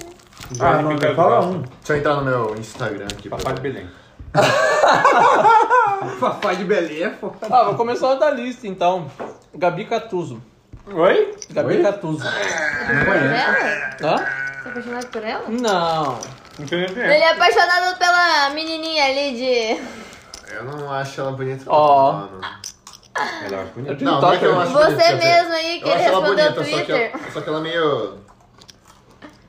S2: Ah, não, fala um.
S3: Deixa eu entrar no meu Instagram aqui. pra
S6: Papai de
S3: ver.
S6: Belém.
S5: Fafá de Belém é foda.
S1: Ah, vou começar da lista então. Gabi Catuso.
S6: Oi?
S1: Gabi
S5: Oi?
S1: Catuso.
S5: Não
S4: Por ela?
S5: conheço.
S1: Hã?
S4: Você é apaixonado por ela?
S1: Não.
S6: Não entendi
S4: Ele é apaixonado pela menininha ali de...
S3: Eu não acho ela bonita.
S1: Ó.
S3: não, mano.
S6: Ela é mais bonita.
S1: Eu
S3: Não, não é que eu acho
S4: Você
S3: bonita, quer dizer,
S4: mesmo aí, que
S3: eu
S4: ele
S3: acho ela
S4: respondeu
S3: bonita,
S4: no
S3: só que,
S4: Twitter.
S3: ela, só que ela é meio...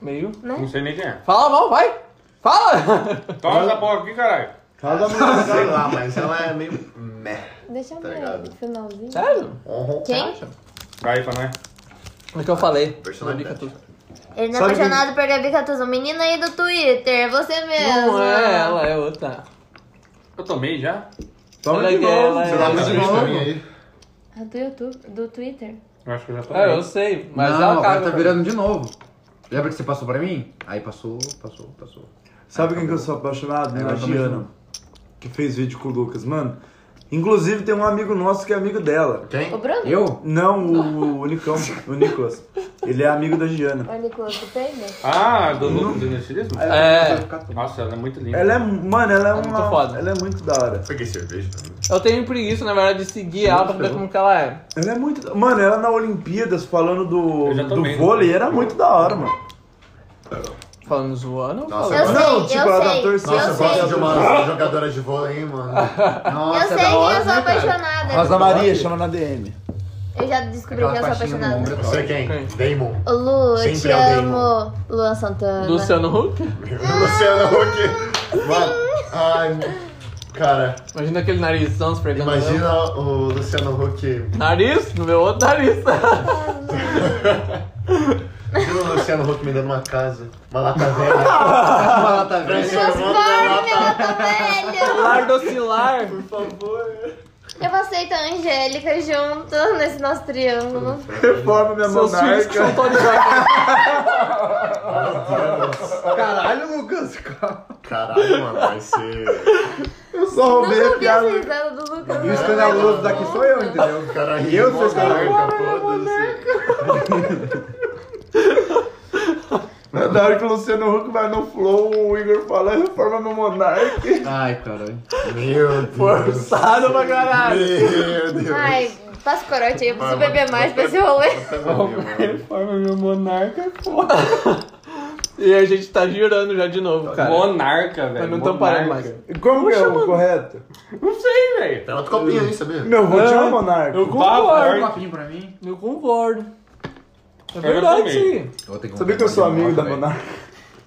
S1: Meio.
S6: Não sei nem quem é.
S1: Fala mal, vai! Fala!
S6: Toma essa porra aqui, caralho.
S2: Fala da mulher,
S3: Sei
S2: cara.
S3: lá, mas ela é meio... meh.
S4: Deixa eu
S3: Tá
S4: ver
S3: ligado.
S4: o finalzinho.
S1: Sério?
S3: Uhum.
S4: Quem?
S6: Cai pra nós.
S1: É que eu falei.
S3: Personalidade.
S1: Gabi Catuso.
S4: Ele não é
S2: Sabe quem-
S4: apaixonado por Gabi Catuso. Menina aí do Twitter, é você mesmo.
S1: Não é, ela é outra.
S6: Eu tomei já?
S2: Toma
S1: Ela
S2: de
S1: é
S2: novo.
S1: ela,
S3: Sei lá,
S1: é.
S3: muito
S2: de
S3: difícil pra mim
S2: novo.
S3: aí.
S4: A É do YouTube, do Twitter.
S6: Eu acho que eu já tomei.
S1: É, eu sei, mas
S5: não,
S1: ela
S5: agora
S1: caga.
S5: tá virando de novo. Lembra que você passou pra mim? Aí passou, passou, passou.
S2: Sabe quem que eu sou apaixonado?
S5: É,
S2: A
S5: eu também
S2: Giana. Que fez vídeo com o Lucas, mano. Inclusive tem um amigo nosso que é amigo dela.
S3: Quem?
S4: O Bruno?
S5: Eu?
S2: Não o, o Nicão, o Nicolas. Ele é amigo da Giana.
S4: Olha o Nicolas do Paymer.
S6: Ah, do Lucas do Inestilismo?
S1: É,
S6: Nossa, ela é muito linda.
S2: Ela é, mano, ela é
S1: muito
S2: uma.
S1: foda.
S2: Ela é muito da hora.
S3: Peguei cerveja pra mim.
S1: eu tenho preguiça, na verdade, de seguir ela pra ver como que ela é.
S2: Ela é muito. Mano, ela na Olimpíadas falando do,
S6: Eu já
S2: do
S6: tomei, né?
S2: vôlei era muito da hora, mano.
S1: Falando zoando, eu
S3: Nossa,
S1: falo.
S4: Eu sei,
S2: Não, tipo, ela
S4: eu
S2: tá
S4: sei,
S2: torcendo.
S3: Nossa,
S4: eu
S3: eu
S4: sei.
S3: gosto de uma jogadora de vôlei, hein, mano.
S4: Eu
S5: Nossa,
S4: sei
S5: é
S4: que
S5: da hora,
S4: eu sou
S5: né, cara?
S4: apaixonada.
S2: Rosa Maria, chama na DM.
S4: Eu já descobri
S5: Aquela
S4: que eu sou
S5: faixinha no
S4: apaixonada.
S5: ombro. tá
S3: Não sei é quem.
S1: Quem?
S3: Damon.
S4: Ô, Lu, eu
S3: Sempre
S4: te
S3: alguém,
S4: amo. Luan Santana.
S1: Luciano Huck?
S3: Luciano
S4: Ah,
S3: Huck. Mano, ai, cara,
S1: Imagina aquele narizão esfregando.
S3: imagina o Luciano Huck.
S1: Nariz? No meu outro nariz.
S3: Imagina o Luciano Huck me dando uma casa, uma lata velha.
S5: Ela tá vendo?
S3: Transformando na lata.
S4: Velho,
S1: Lardocilar.
S3: Por favor.
S4: eu aceito a Angélica junto nesse nosso triângulo.
S2: Reforma minha
S1: Seus filhos que são
S2: monarca.
S1: Tony Jordan.
S5: Caralho, Lucas. calma.
S3: Caralho, mano, vai ser.
S2: Eu só roubei
S4: Nunca
S2: a
S4: ouvi essa
S2: piada.
S4: risada do Lucas.
S5: E o escandaloso daqui sou eu, entendeu?
S3: O É um cara riu,
S5: Eu sou
S3: monarca, foda-se.
S2: Na hora que o Luciano Huck vai no flow, o Igor fala, reforma meu monarca.
S5: Ai, caralho.
S3: Meu Deus.
S1: Forçado pra caralho.
S3: Meu Deus.
S4: Ai, passa o corote aí, eu
S3: Vai,
S4: preciso
S3: vai,
S4: beber mais
S3: vai,
S4: pra
S3: vai.
S4: esse rolê.
S3: Até morrer, mano.
S1: Forma meu monarca, porra. E a gente tá girando já de novo, cara.
S6: Monarca, velho.
S1: Mas não tão parando mais.
S6: monarca.
S2: Como que é o correto?
S6: Não sei, velho.
S3: Tem outro copinho aí, sabia?
S2: Meu, vou
S1: É,
S2: tirar o monarca.
S6: Tá
S1: eu
S5: Dá um
S1: concordo.
S5: copinho pra mim.
S1: Eu concordo. É
S6: Eu
S1: verdade,
S6: também.
S1: sim.
S5: Eu vou ter
S2: Sabia que eu sou amigo da
S5: monarca.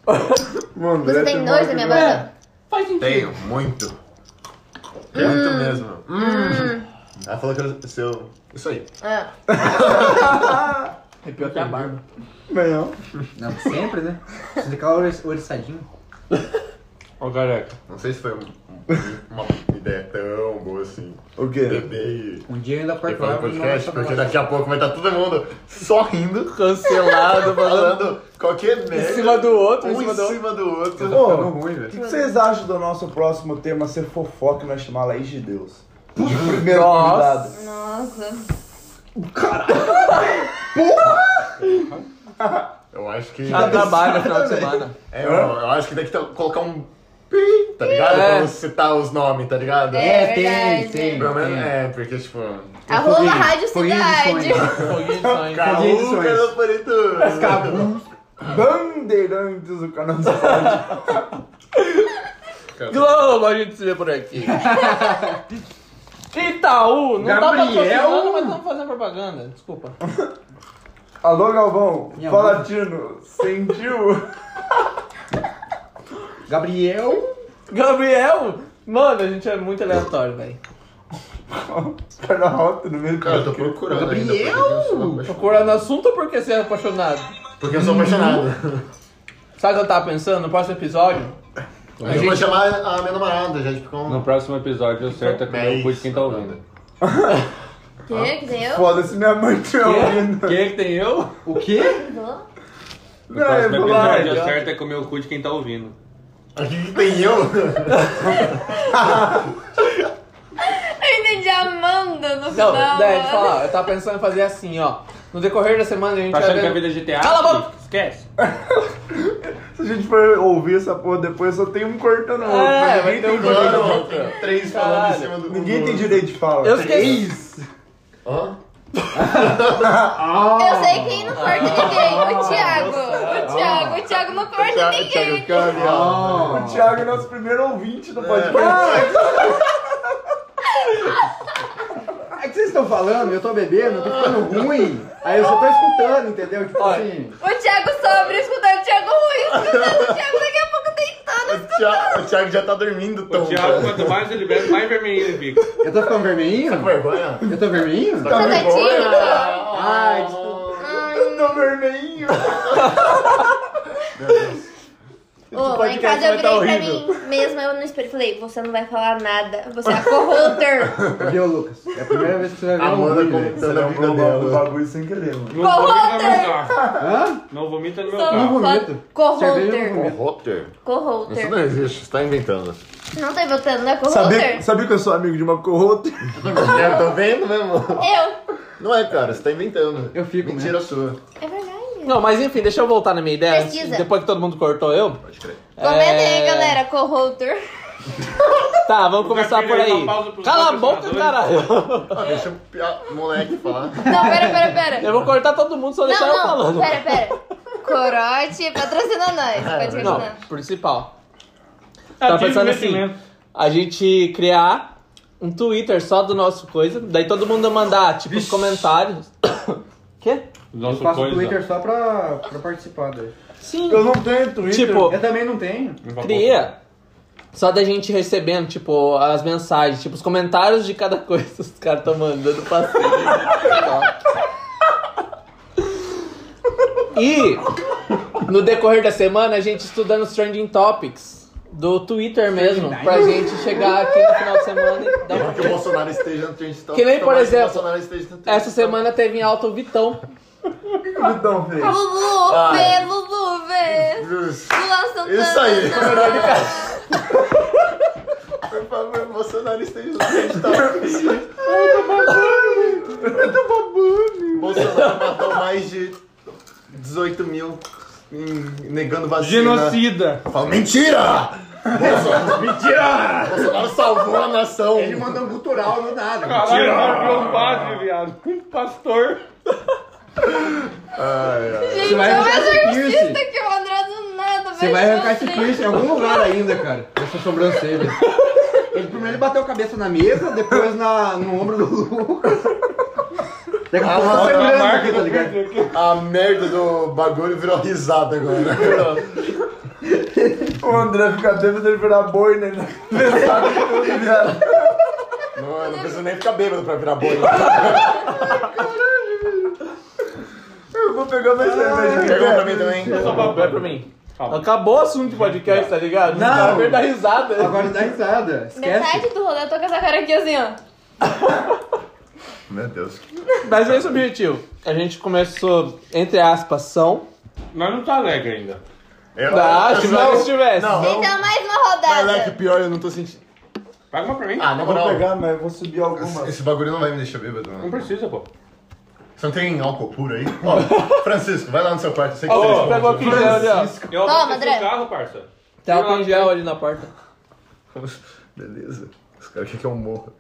S2: monarca? Mano,
S4: Você tem nojo da minha banda?
S1: Faz sentido.
S3: Tenho, muito. Muito mesmo. Ela falou que era seu. Isso aí.
S4: Ah,
S1: É pior que a barba.
S2: Não.
S5: Não, sempre, né? Você tem aquela ori- oriçadinha.
S6: Ô, careca.
S3: Não sei se foi um- uma ideia tão boa assim.
S2: O quê?
S3: Beber e.
S5: Um dia eu ainda
S3: e
S5: corto
S3: fazer
S5: ela.
S3: podcast, porque daqui a pouco vai estar todo mundo só rindo,
S1: Cancelado, falando.
S3: falando qualquer merda.
S1: cima do outro, em
S3: um
S1: cima
S3: em
S1: do outro.
S3: cima do outro.
S2: Ô,
S5: Ficando ruim,
S2: O
S5: velho.
S2: que, que vocês acham do nosso próximo tema ser fofoca e nós chamar Laís de Deus? Primeiro
S1: Nossa.
S2: convidado.
S4: nossa.
S3: Eu acho que.
S1: Ela Ah, trabalha no final de semana.
S3: É, eu, eu acho que tem que ter- colocar um pi, tá ligado?
S1: É.
S3: Pra citar os nomes, tá ligado?
S5: É,
S4: verdade.
S5: tem, tem.
S3: Pelo menos
S5: tem.
S3: é, porque tipo.
S4: Arroba
S5: foguinho,
S4: Rádio
S5: foguinho um de
S4: Cidade.
S5: sonho. né?
S1: Foguinho de sonho.
S5: Foguinho de
S3: Cabuca
S5: sonhos.
S3: no Paritu!
S2: Bandeirantes do canal do Cidade.
S1: Globo, a gente se vê por aqui. Itaú, não tá
S5: Gabriel.
S1: patrocinando, mas estamos fazendo propaganda. Desculpa.
S2: Alô, Galvão.
S5: Minha mãe.
S2: Palatino. Sentiu?
S5: Gabriel.
S1: Gabriel? Mano, a gente é muito aleatório, velho.
S2: Os caras Tá na rota no meio do
S3: Cara, eu tô
S2: podcast.
S3: procurando ainda.
S5: Gabriel!
S3: porque eu sou apaixonado.
S1: Procurando assunto porque você é apaixonado.
S3: Porque eu sou apaixonado.
S1: Sabe o que eu tava pensando? No próximo episódio,
S3: Eu vou chamar a minha namorada, tipo, gente, porque
S6: No próximo episódio, o certo é comer o cu de quem tá ouvindo.
S4: Quem que tem eu?
S2: Foda-se, minha mãe tinha ouvindo.
S1: quem é que tem eu?
S5: O quê?
S4: Vou.
S6: No
S2: Não,
S6: próximo
S2: eu vou lá,
S6: episódio, o
S2: já.
S6: certo é comer o cu de quem tá ouvindo.
S3: Aqui que tem eu?
S4: Eu entendi a Amanda no
S1: Não,
S4: final.
S1: daí, deixa eu
S4: mano.
S1: falar, eu tava pensando em fazer assim, ó. No decorrer da semana a gente
S6: Tá
S1: vai
S6: achando que a
S1: vendo...
S6: vida é GTA?
S1: Cala a boca!
S6: Esquece.
S2: Você Se a gente for ouvir essa porra depois, só tem um cortando o
S4: Ah,
S2: outro.
S1: É,
S2: mas
S1: vai
S2: ninguém
S1: ter
S2: tem
S1: um
S2: direito-
S1: cortando
S3: Mano, tem três falando em cima do.
S2: Ninguém
S3: do-
S2: tem direito de fala.
S1: Eu fiquei.
S3: Três? Hã?
S1: "Ah."
S4: Eu sei quem não corta ninguém, o Thiago. O Thiago, o Thiago não corta
S3: Thiago- Thiago
S4: ninguém.
S3: Câmara.
S5: Ah,
S2: O Thiago é nosso primeiro ouvinte do podcast.
S5: Ah, É que vocês estão falando, eu tô bebendo, eu tô ficando ruim. Aí eu só tô escutando, entendeu? Tipo
S1: Olha.
S5: assim.
S4: O Thiago sobre escutando o Thiago ruim, escutando o Thiago daqui a pouco deitando.
S3: O Thiago, o Thiago já tá dormindo,
S6: O
S3: tão.
S6: Thiago, quanto mais ele bebe, mais vermelho ele fica.
S5: Eu tô ficando vermelhinho?
S3: Tá Vergonha?
S5: Eu tô vermelhinho?
S4: Tá quietinho?
S3: Ai, desculpa.
S4: Ai.
S3: Tô vermelhinho.
S4: Ô, lá em
S3: podcast
S4: casa eu
S3: vai tá
S4: virei pra
S3: horrível.
S4: mim mesma, eu no espelho falei, você não vai falar nada, você é co-holder.
S5: Viu, Lucas? É a primeira vez que você vai ver um
S3: Amanda
S5: ruim, velho.
S3: contando a vida
S2: Lembrou o
S3: dela.
S2: bagulho sem querer, mano.
S6: Não vomita no meu carro.
S5: Hã?
S6: Não vomita no meu
S4: Sou
S6: carro.
S5: Não vomito.
S4: co- co-holder.
S5: Cerveja eu não vomito.
S3: Rotter? Isso não
S4: Co-holder.
S3: existe, você tá inventando.
S4: Não tá voltando, não é
S2: Sabia,
S4: co-holder?
S2: sabia que eu sou amigo de uma corrota?
S3: Eu tô É, tá vendo mesmo.
S4: Eu.
S3: Não é, cara, você tá inventando.
S5: Eu fico
S3: Mentira sua.
S4: É verdade.
S1: Não, mas enfim, deixa eu voltar na minha ideia.
S4: Pesquisa.
S1: Depois que todo mundo cortou eu.
S3: Pode crer.
S4: Comenta aí,
S1: É.
S4: galera, co-holder.
S1: Tá, vamos começar
S6: Gatilho
S1: por
S6: aí,
S1: aí.
S6: uma pausa pros
S1: Cala a boca,
S6: patrocinadores.
S1: caralho.
S3: Ah, deixa o pia- moleque falar.
S4: Não, pera, pera, pera.
S1: Eu vou cortar todo mundo, só deixar eu
S4: Não, não,
S1: falando.
S4: pera, pera. Corote patrocina nós. Pode
S1: Não,
S4: continuar.
S1: principal.
S6: Ah,
S1: Tá
S6: tive
S1: pensando
S6: investimento.
S1: assim, a gente criar um Twitter só do nosso coisa, daí todo mundo mandar, tipo, os comentários. Quê?
S5: Eu
S6: Nosso
S5: faço
S6: coisa.
S5: Twitter só pra, pra participar daí.
S1: Sim.
S2: Eu não tenho Twitter.
S1: Tipo,
S5: Eu também não tenho.
S1: cria só da gente recebendo, tipo, as mensagens, tipo, os comentários de cada coisa os caras estão mandando passeio. e no decorrer da semana a gente estudando os trending topics do Twitter mesmo, pra gente chegar aqui no final de semana e dar uma
S3: Tomara é que o Bolsonaro esteja no então trend top.
S1: Que nem, por
S3: Tomara
S1: exemplo,
S3: o Bolsonaro esteja no trend
S1: Essa
S3: top.
S1: semana teve em alta o Vitão.
S2: Então, fez.
S4: Lulu,
S3: Ah.
S4: vê, Lulu, vê.
S3: Bruce,
S4: Luan Santana.
S3: Isso aí. Por favor, o Bolsonaro esteja no trend top.
S2: Eu tô babando.
S3: Bolsonaro matou mais de 18 mil em- negando vacina.
S6: Genocida.
S3: Fala, mentira! Bolsonaro, mentira! Bolsonaro salvou a nação.
S5: Ele mandou um gutural do nada.
S6: Caralho, cara, virou um padre, viado. Um pastor.
S4: Gente, é
S5: Você
S4: o
S5: vai arrancar
S4: mais
S5: esse piercing.
S4: artista que eu andré do nada, assim.
S5: Você
S4: velho.
S5: vai arrancar esse
S4: Gente.
S5: piercing em algum lugar ainda, cara. Essa sobrancelha. Ele primeiro ele bateu a cabeça na mesa, depois na, no ombro do Lucas. Daqui a
S3: Ah,
S5: pouco
S3: mas
S5: tá
S3: a
S5: sangrando
S6: marca
S5: aqui, tá
S6: do
S5: ligado?
S6: Pedro aqui.
S3: A merda do bagulho virou risada agora.
S2: O André fica bêbado, ele virar boi, né? Ele tá pensando em tudo, viado.
S3: Não, eu não preciso nem ficar bêbado pra virar boi.
S2: Eu vou pegar mais cerveja.
S3: Pergunta pra mim também.
S6: Só pra-
S1: Vai pra mim. Acabou o assunto do podcast, tá ligado?
S5: Não.
S1: Tá vendo a risada.
S5: Agora dá risada. Esquece.
S4: Metade do rolê eu tô com essa cara aqui assim, ó.
S3: Meu Deus.
S1: Mas é esse o objetivo. A gente começou, entre aspas, são.
S6: Mas não tá alegre ainda.
S3: Eu,
S1: Ah, se
S3: eu só-
S1: não estivesse.
S3: É, Não, não.
S4: Então, mais uma
S3: Mas lá que é
S4: rodada.
S3: pior, eu não tô sentindo.
S6: Paga uma pra mim.
S3: Ah, na
S2: Eu vou
S3: moral.
S2: pegar, mas eu vou subir alguma.
S3: Esse, esse bagulho não vai me deixar bêbado.
S6: Não
S3: Não.
S6: precisa, pô.
S3: Você não tem álcool puro aí? Ó, Francisco, vai lá no seu quarto. Eu sei que
S1: Ó,
S3: você
S1: você
S3: esconde.
S1: pegou aqui em gel ali, ó.
S6: Eu
S4: Toma,
S6: abasteci
S4: André.
S6: o carro, parça.
S1: Tem álcool em gel ali na porta.
S3: Beleza. Os caras querem que é um eu morra.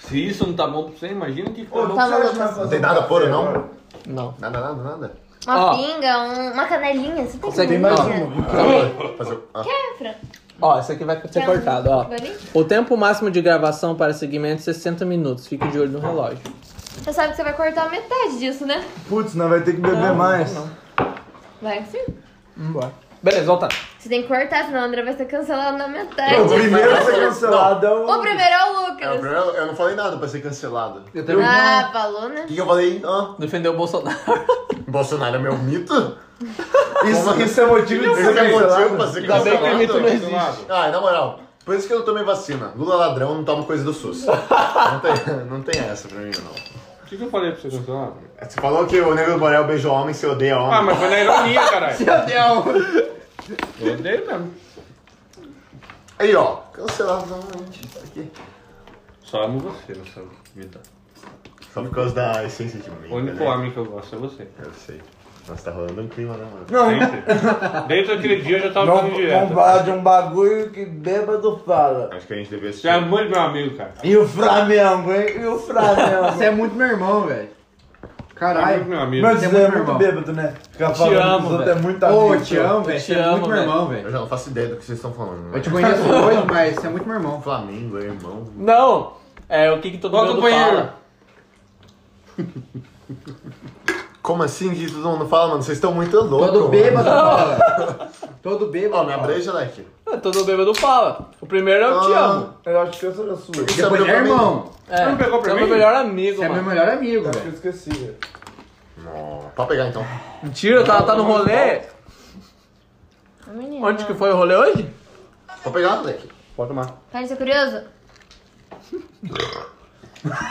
S6: Se isso não tá bom pra você, imagina que
S2: Pô, não
S6: ficou.
S4: Tá
S2: precisa
S4: maluco.
S2: de mais fazer
S3: Não tem nada
S2: um
S3: puro,
S2: café
S3: não?
S2: agora.
S1: Não.
S3: Nada, nada, nada.
S4: Uma
S1: Ó.
S4: pinga, um- uma canelinha. Você tem
S1: Você tem
S4: canelinha?
S1: mais
S3: Fazer o- ah,
S4: Quer, Fran?
S1: Ó, isso aqui vai ser
S5: é
S4: Quer um-
S1: cortado, ó.
S4: Bolinho?
S1: O tempo máximo de gravação para segmento é 60 minutos. Fique de olho no relógio.
S4: Você sabe que você vai cortar metade disso, né?
S2: Putz, nós vai ter que beber mais.
S4: Vai sim.
S1: Bora. Beleza, volta.
S4: Você tem que cortar, senão o André vai ser cancelado na metade.
S2: O primeiro a ser cancelado é
S4: O
S2: o.
S4: primeiro é o
S3: é, o
S4: Lucas.
S3: problema- eu não falei nada pra ser cancelado.
S5: Eu também
S4: ah, falou, né?
S3: O que, que eu falei? Ah,
S1: Defendeu o Bolsonaro.
S3: Bolsonaro é meu mito?
S2: Isso,
S3: Como-
S2: isso é motivo de
S3: Isso
S2: ser
S3: é motivo pra
S2: cancelado.
S3: ser
S1: Ainda bem que o mito
S6: Tá
S1: não
S3: cancelado?
S1: existe.
S3: Ah, na moral. Por isso que eu não tomei vacina. Lula ladrão, não toma coisa do SUS. Não tem, não tem essa pra mim, não.
S6: O que, que eu falei pra você cancelar?
S3: Você falou que o Nego do Borel beijou homem, você odeia homem.
S6: Ah, mas foi na ironia, caralho.
S5: Meu Deus.
S6: Eu odeio mesmo.
S3: Aí, ó. Cancelado novamente. Isso aqui.
S6: Só amo você nessa vida.
S3: Só por causa da essência de mim.
S6: O único
S3: né?
S6: homem que eu gosto é você.
S3: Eu sei. Nossa, tá rolando um clima, né, mano?
S2: Não,
S6: Sempre. Desde aquele dia eu já tava
S2: não,
S6: ficando direto.
S2: vamos falar de um bagulho que bêbado fala.
S3: Acho que a gente devia
S6: Você é
S3: assistir.
S6: muito meu amigo, cara.
S2: E o Flamengo, hein? E o
S5: Você
S2: Flamengo?
S5: é muito meu irmão, velho.
S6: Você é
S5: Caralho.
S6: muito meu amigo.
S2: Mano,
S5: Você
S2: você
S5: é
S2: é
S5: muito
S2: muito,
S5: meu irmão.
S2: bêbado, né? Ficar
S1: Te
S2: falando
S1: amo,
S2: dos outros
S1: velho.
S2: é
S3: Tá
S2: muito
S5: Ô,
S2: amigo.
S5: te amo, velho.
S1: te
S5: Você é muito
S1: amo,
S5: meu
S1: velho.
S5: irmão,
S3: Eu
S5: velho.
S3: já não faço ideia do que vocês estão falando.
S5: Eu
S6: É
S3: Mas
S5: te
S6: tipo
S5: conheço hoje, mas você é muito meu irmão.
S3: Flamengo, é irmão.
S1: Não! É o que, que todo
S6: Bota o
S1: mundo
S6: banheiro.
S1: fala.
S3: Como assim que todo mundo fala, mano? Vocês estão muito loucos.
S5: Todo
S3: mano.
S5: bêbado fala. Todo bêbado.
S3: Ó, minha
S5: fala.
S3: breja, leque.
S1: É, Todo bêbado fala. O primeiro é eu te
S3: Ah.
S1: amo.
S2: Eu acho que essa era a sua.
S3: Isso
S5: Depois
S3: é
S5: é
S3: pra mim.
S5: irmão.
S1: É,
S6: não pegou
S1: você
S6: pra
S1: é
S6: mim?
S1: meu melhor amigo,
S5: Você é meu
S1: mano.
S5: melhor
S3: Tá
S5: amigo,
S2: Acho que eu
S5: velho.
S2: esqueci, velho.
S3: Não, Pode pegar então.
S1: Mentira, tá, tá no rolê.
S4: Menina.
S1: Onde que foi o rolê hoje?
S3: Pode pegar, leque.
S6: Pode tomar.
S4: Cara, você é curioso?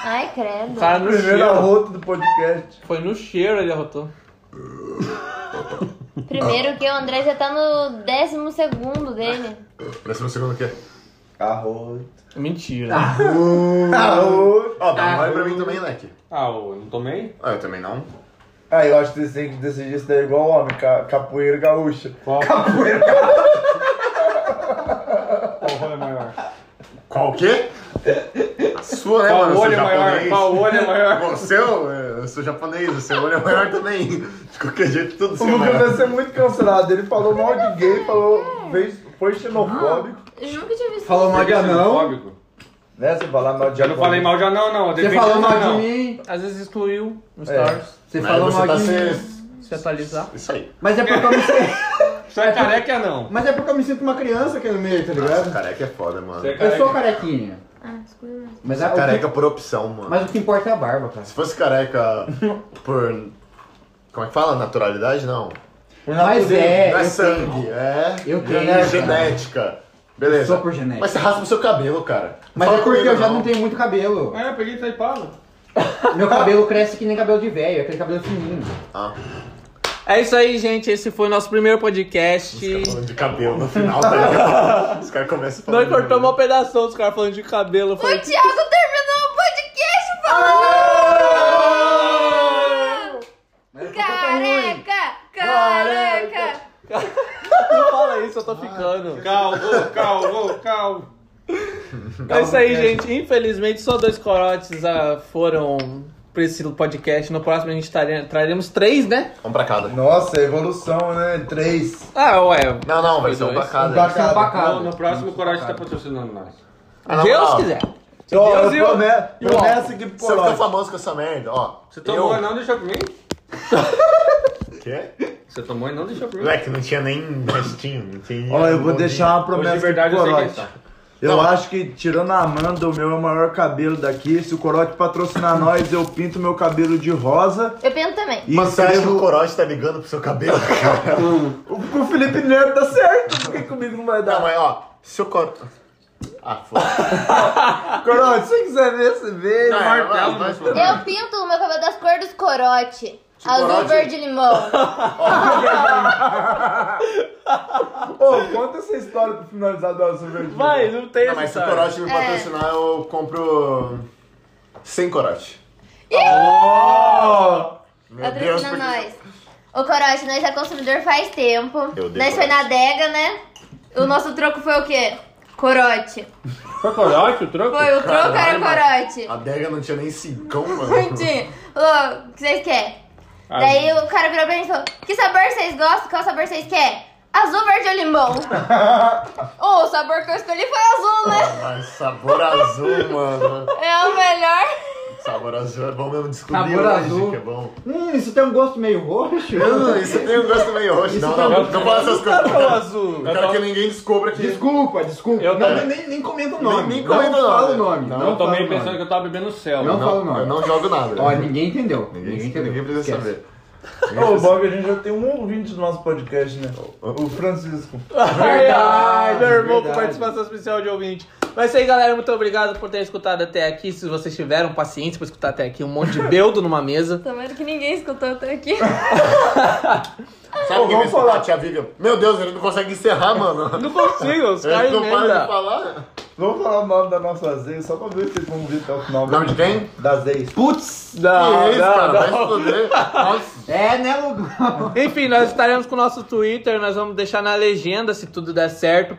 S4: Ai, credo.
S1: O cara no
S2: Primeiro
S1: cheiro.
S2: arroto do podcast.
S1: Foi no cheiro ele arrotou.
S3: Ah.
S4: Primeiro que o André já tá no décimo segundo dele.
S3: Décimo segundo o quê?
S2: Arroto.
S1: Mentira.
S3: Ah.
S2: Arroto.
S3: Ó, dá
S5: Ah.
S3: um vai pra mim também, leque.
S6: Ah, eu não tomei?
S3: Ah, eu também não.
S2: Ah, eu acho que vocês têm que decidir isso daí é igual homem, ca- capoeira gaúcha.
S6: Qual?
S2: Capoeira
S6: Qual olho é maior?
S3: Qual o quê? A sua, né,
S6: Qual
S3: mano? Eu sou
S6: olho é maior?
S3: japonês.
S6: Qual olho é maior?
S3: O seu, é, eu sou japonês, o seu olho é maior também. De qualquer jeito, tudo
S2: O
S3: seu é
S2: Lucas
S3: maior.
S2: vai ser muito cancelado. Ele falou mal de gay, falou. Fez, foi xenofóbico.
S4: Eu nunca tinha visto
S5: Falou mal de anão.
S6: Xenofóbico.
S2: Ah. Né? Você falar mal de
S6: Eu é não falei mal de anão, não. Eu
S5: Você
S6: defendi
S5: falou
S6: anão,
S5: mal de
S6: não.
S5: mim.
S1: Às vezes excluiu no
S2: É.
S1: Stars.
S5: Você
S3: Aí
S5: falou
S3: você
S5: mal
S3: tá
S5: de mim.
S3: se...
S1: Se atualizar.
S3: Isso aí.
S5: Mas é porque eu me sinto.
S6: Você é careca e anão.
S5: Mas é porque eu me sinto uma criança aqui no meio, tá
S3: Nossa,
S5: ligado?
S3: careca é foda, mano.
S6: Você é
S5: Eu sou
S6: careca.
S5: carequinha.
S4: Ah, desculpa.
S5: Mas, a, o que-
S3: Careca é por opção, mano.
S5: mas o que importa é a barba, cara.
S3: Se fosse careca por... Como é que fala? Naturalidade? Não.
S5: Mas é,
S3: não é
S5: eu
S3: sangue, é...
S5: Eu
S3: gene-
S5: tenho, cara.
S3: Genética. Beleza.
S5: Sou por genética.
S3: Mas é você raspa o seu cabelo, cara.
S5: Mas
S3: Fala
S5: é porque
S3: comigo,
S5: eu já não tenho muito cabelo.
S6: É, eu peguei taipado.
S5: Meu cabelo cresce que nem cabelo de velho, aquele cabelo fininho.
S3: Ah,
S1: É isso aí, gente. Esse foi o nosso primeiro podcast.
S3: os caras Tá falando de cabelo no final, tá ligado? Os caras começam falando...
S1: Nós cortamos uma pedação dos caras falando de cabelo.
S4: O
S1: Foi...
S4: Thiago terminou o podcast falando.
S3: tá
S4: Careca! Careca!
S1: Não fala isso, eu tô ficando.
S6: Calvo, calvo, calvo.
S1: É isso aí, gente. Infelizmente, só dois corotes ah, foram pra esse podcast. No próximo, a gente tare- traremos três, né?
S3: Um pra cada.
S2: Nossa, evolução, né? Três.
S1: Ah, ué.
S3: Não, não, vai ser um
S1: Dois.
S3: pra cada.
S2: Um pra
S5: Vai ser um pacado.
S6: No, no próximo, o Corote tá patrocinando nós.
S3: Ah, na
S1: Deus
S3: moral,
S1: quiser.
S2: Ó, eu
S1: Deus e o-
S2: prometo,
S1: e o-
S2: prometo que
S3: Se eu ficar
S2: pô.
S3: famoso com essa merda, ó.
S6: Você tomou
S3: eu...
S6: e não deixou pra mim?
S3: Quê?
S6: Você tomou e não deixou pra mim?
S3: Moleque, não tinha nem restinho, não tinha...
S2: Ó, eu vou deixar uma
S6: Hoje,
S2: promessa
S6: de verdade,
S2: pro
S6: eu sei quem
S2: Corote.
S1: é
S6: tá.
S2: Eu acho que, tirando a Amanda, o meu é o maior cabelo daqui. Se o Corote patrocinar nós, eu pinto meu cabelo de rosa.
S4: Eu pento também.
S2: E
S3: Mas você acha que o
S2: escrevo...
S3: Corote tá ligando pro seu cabelo, cara?
S2: O, o Felipe Neto tá certo. Por que comigo não vai dar?
S3: Não, mas ó, se o Corote... Ah, foda-se.
S2: Corote, se você quiser ver, você vê.
S3: Não, é,
S2: Marca-
S3: vai, vai, vai.
S4: Eu pinto o meu cabelo das cores dos corote. Azul,
S3: corote-
S4: verde e limão.
S2: Ô, conta essa história pro finalizar do Azul Verde.
S1: Vai, não tem
S3: Não,
S1: essa.
S3: mas se o
S1: história.
S3: Corote me patrocinar, eu compro... Sem Corote.
S2: Ó!
S3: Meu Deus,
S4: Patrocina
S3: porque-
S4: nós. Ô, Corote, nós é consumidor faz tempo.
S3: Eu dei
S4: nós
S3: corote.
S4: foi na adega, né? O nosso troco foi o quê? Corote.
S6: Foi Corote o troco?
S4: Foi, o troco
S3: Caralho,
S4: era corote.
S3: A adega não tinha nem cincão, mano.
S4: Bonitinho. Ô, o que vocês querem?
S6: Ah,
S4: Daí o cara virou pra mim e falou: Que sabor vocês gostam? Qual sabor vocês querem? Azul, verde ou limão? Ô, o sabor que eu escolhi foi azul, né?
S3: Mas sabor azul, mano.
S4: É o melhor.
S3: Sabor azul é bom mesmo descobrir
S5: Sabor
S3: hoje
S5: azul.
S3: que é bom.
S5: Hum, isso tem um gosto meio roxo.
S3: Não, isso tem um gosto meio roxo. Não,
S5: tá
S3: não, não, fala essas coisas.
S1: Tá o azul.
S3: Eu quero que ninguém descubra que...
S5: Desculpa, desculpa.
S6: Eu
S5: não,
S6: também.
S5: nem, nem comenta o nome.
S3: Nem- nem comenta o
S5: não
S3: nome.
S5: fala o nome.
S3: Não,
S5: Não,
S6: Eu tomei
S5: fala o nome.
S6: pensando que eu tava bebendo céu.
S5: Não. fala o nome.
S3: Eu não jogo nada.
S2: Uhum.
S5: Ó, ninguém entendeu.
S3: Ninguém,
S5: Ninguém entendeu.
S3: ninguém precisa
S5: Esquece.
S3: saber.
S2: Ô, Bob, a gente já tem um ouvinte do nosso podcast, né? O Francisco.
S1: Verdade. Meu irmão com
S5: verdade.
S1: participação especial de ouvinte. Mas é isso aí, galera. Muito obrigado por ter escutado até aqui. Se vocês tiveram paciência pra escutar até aqui, um monte de beldo numa mesa.
S4: Tomara que ninguém escutou até aqui.
S3: Sabe
S2: Ô,
S3: quem
S2: vamos
S3: vai escutar
S2: falar.
S3: a tia Vivian? Meu Deus, ele não consegue encerrar, mano.
S1: Não consigo, os
S3: Ele
S1: caras
S3: não para de
S1: emendam.
S3: falar.
S2: Vamos falar o nome da nossa Zeia, só pra ver se vocês vão ver até o final.
S3: Nome de quem?
S2: Da Zeia.
S1: Putz,
S3: que
S1: não,
S3: isso,
S1: não,
S3: cara?
S1: não.
S3: Vai esconder. Nossa.
S5: É, né, Lugão?
S1: Enfim, nós estaremos com o nosso Twitter, nós vamos deixar na legenda se tudo der certo.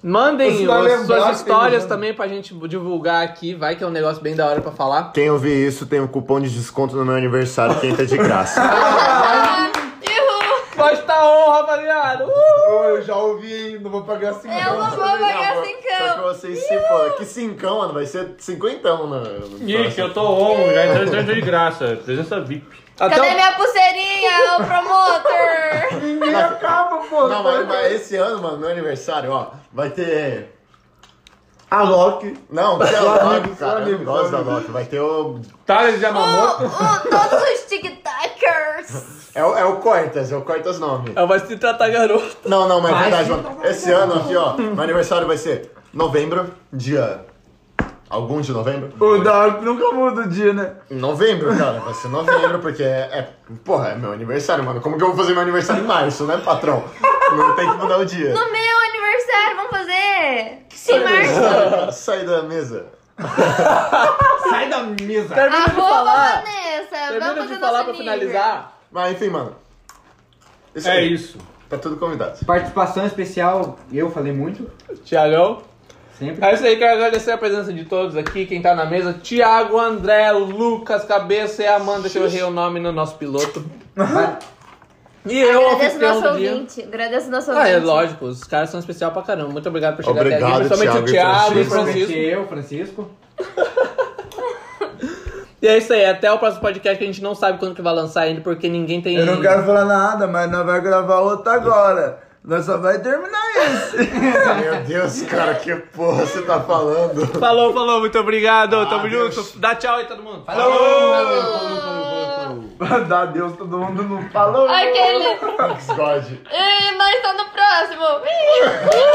S1: Mandem
S2: Você vai
S1: as
S2: lembrar que tem
S1: suas histórias
S2: legenda.
S1: também pra gente divulgar aqui, vai que é um negócio bem da hora pra falar.
S3: Quem ouvir isso tem um cupom de desconto no meu aniversário que entra de graça.
S4: Ah, Uhul!
S1: Pode estar on, tá rapaziada! Uh!
S2: Ô, Eu já ouvi, hein? não vou pagar assim.
S4: É uma
S2: não.
S4: boa pagar
S3: Só que
S4: cincão.
S3: vocês se foda. Que cincão, mano. Vai ser cinquentão, né? mano.
S6: Ixi, eu tô on, já entrou entrou de graça. Presença VIP.
S1: Até
S4: Cadê
S1: o-
S4: minha pulseirinha, ô promotor?
S2: Ninguém acaba, pô. tá
S3: Não, mas, mas esse ano, mano, meu aniversário, ó, vai ter.
S2: A Ah, Loki.
S3: Não, que é
S2: Só
S3: o Loki,
S2: amigo, só
S3: cara. Eu
S2: amigo,
S3: gosto
S2: só
S3: da
S2: amigo.
S3: Loki. Vai ter o.
S6: Thales de
S4: O,
S6: Yamamoto.
S4: o, todos os tiktokers.
S3: É o, é o Cortas, é o Cortas nome.
S1: Ela Ah, vai se tratar garoto.
S3: Não, não, mas é
S5: Vai
S3: verdade,
S5: sim,
S3: mano. Esse ano aqui, ó, meu aniversário vai ser novembro, dia. Algum de novembro?
S2: O Dark nunca muda o dia, né?
S3: Novembro, cara, vai ser novembro, porque é, é. Porra, é meu aniversário, mano. Como que eu vou fazer meu aniversário em março, né, patrão? Não tem que mudar o dia.
S4: No meu aniversário, vamos fazer. Sim, Março.
S3: Sai da mesa.
S5: Sai da mesa!
S1: Termina de
S4: Arroba
S1: falar,
S4: Vanessa. Vamos
S1: termina
S4: fazer
S1: de falar pra
S4: nosso
S1: finalizar.
S3: Mas enfim, mano. Isso
S6: É
S3: aí.
S6: isso.
S3: Tá tudo convidado.
S5: Participação especial, eu falei muito,
S1: Tiagão.
S5: sempre.
S1: É isso aí, quero agradecer a presença de todos aqui, quem tá na mesa. Tiago, André, Lucas, Cabeça e Amanda, que eu errei o nome no nosso piloto.
S5: Vai-
S1: E
S4: nível.
S1: eu,
S4: Agradeço
S1: anfitrião
S4: nosso
S1: do dia.
S4: ouvinte. Agradeço nosso
S1: Ah,
S4: ouvinte.
S1: é lógico, os caras são especial pra caramba. Muito obrigado por chegar até
S3: Obrigado,
S1: aqui, principalmente
S3: Thiago
S1: o Thiago
S3: e
S1: e o Francisco.
S5: Principalmente eu, Francisco.
S1: E é isso aí, até o próximo podcast que a gente não sabe quando que vai lançar ainda, porque ninguém tem.
S2: Eu não quero falar nada, mas nós vai gravar outro agora. Nós só vai terminar esse.
S3: Meu Deus, cara, que porra você tá falando?
S1: Falou, falou, muito obrigado, tamo
S3: Deus.
S1: junto. Dá tchau aí todo mundo.
S2: Dá Deus, todo mundo não falou.
S4: Aquele.
S3: Scott.
S4: Ih, nós estamos no tá próximo. Ih.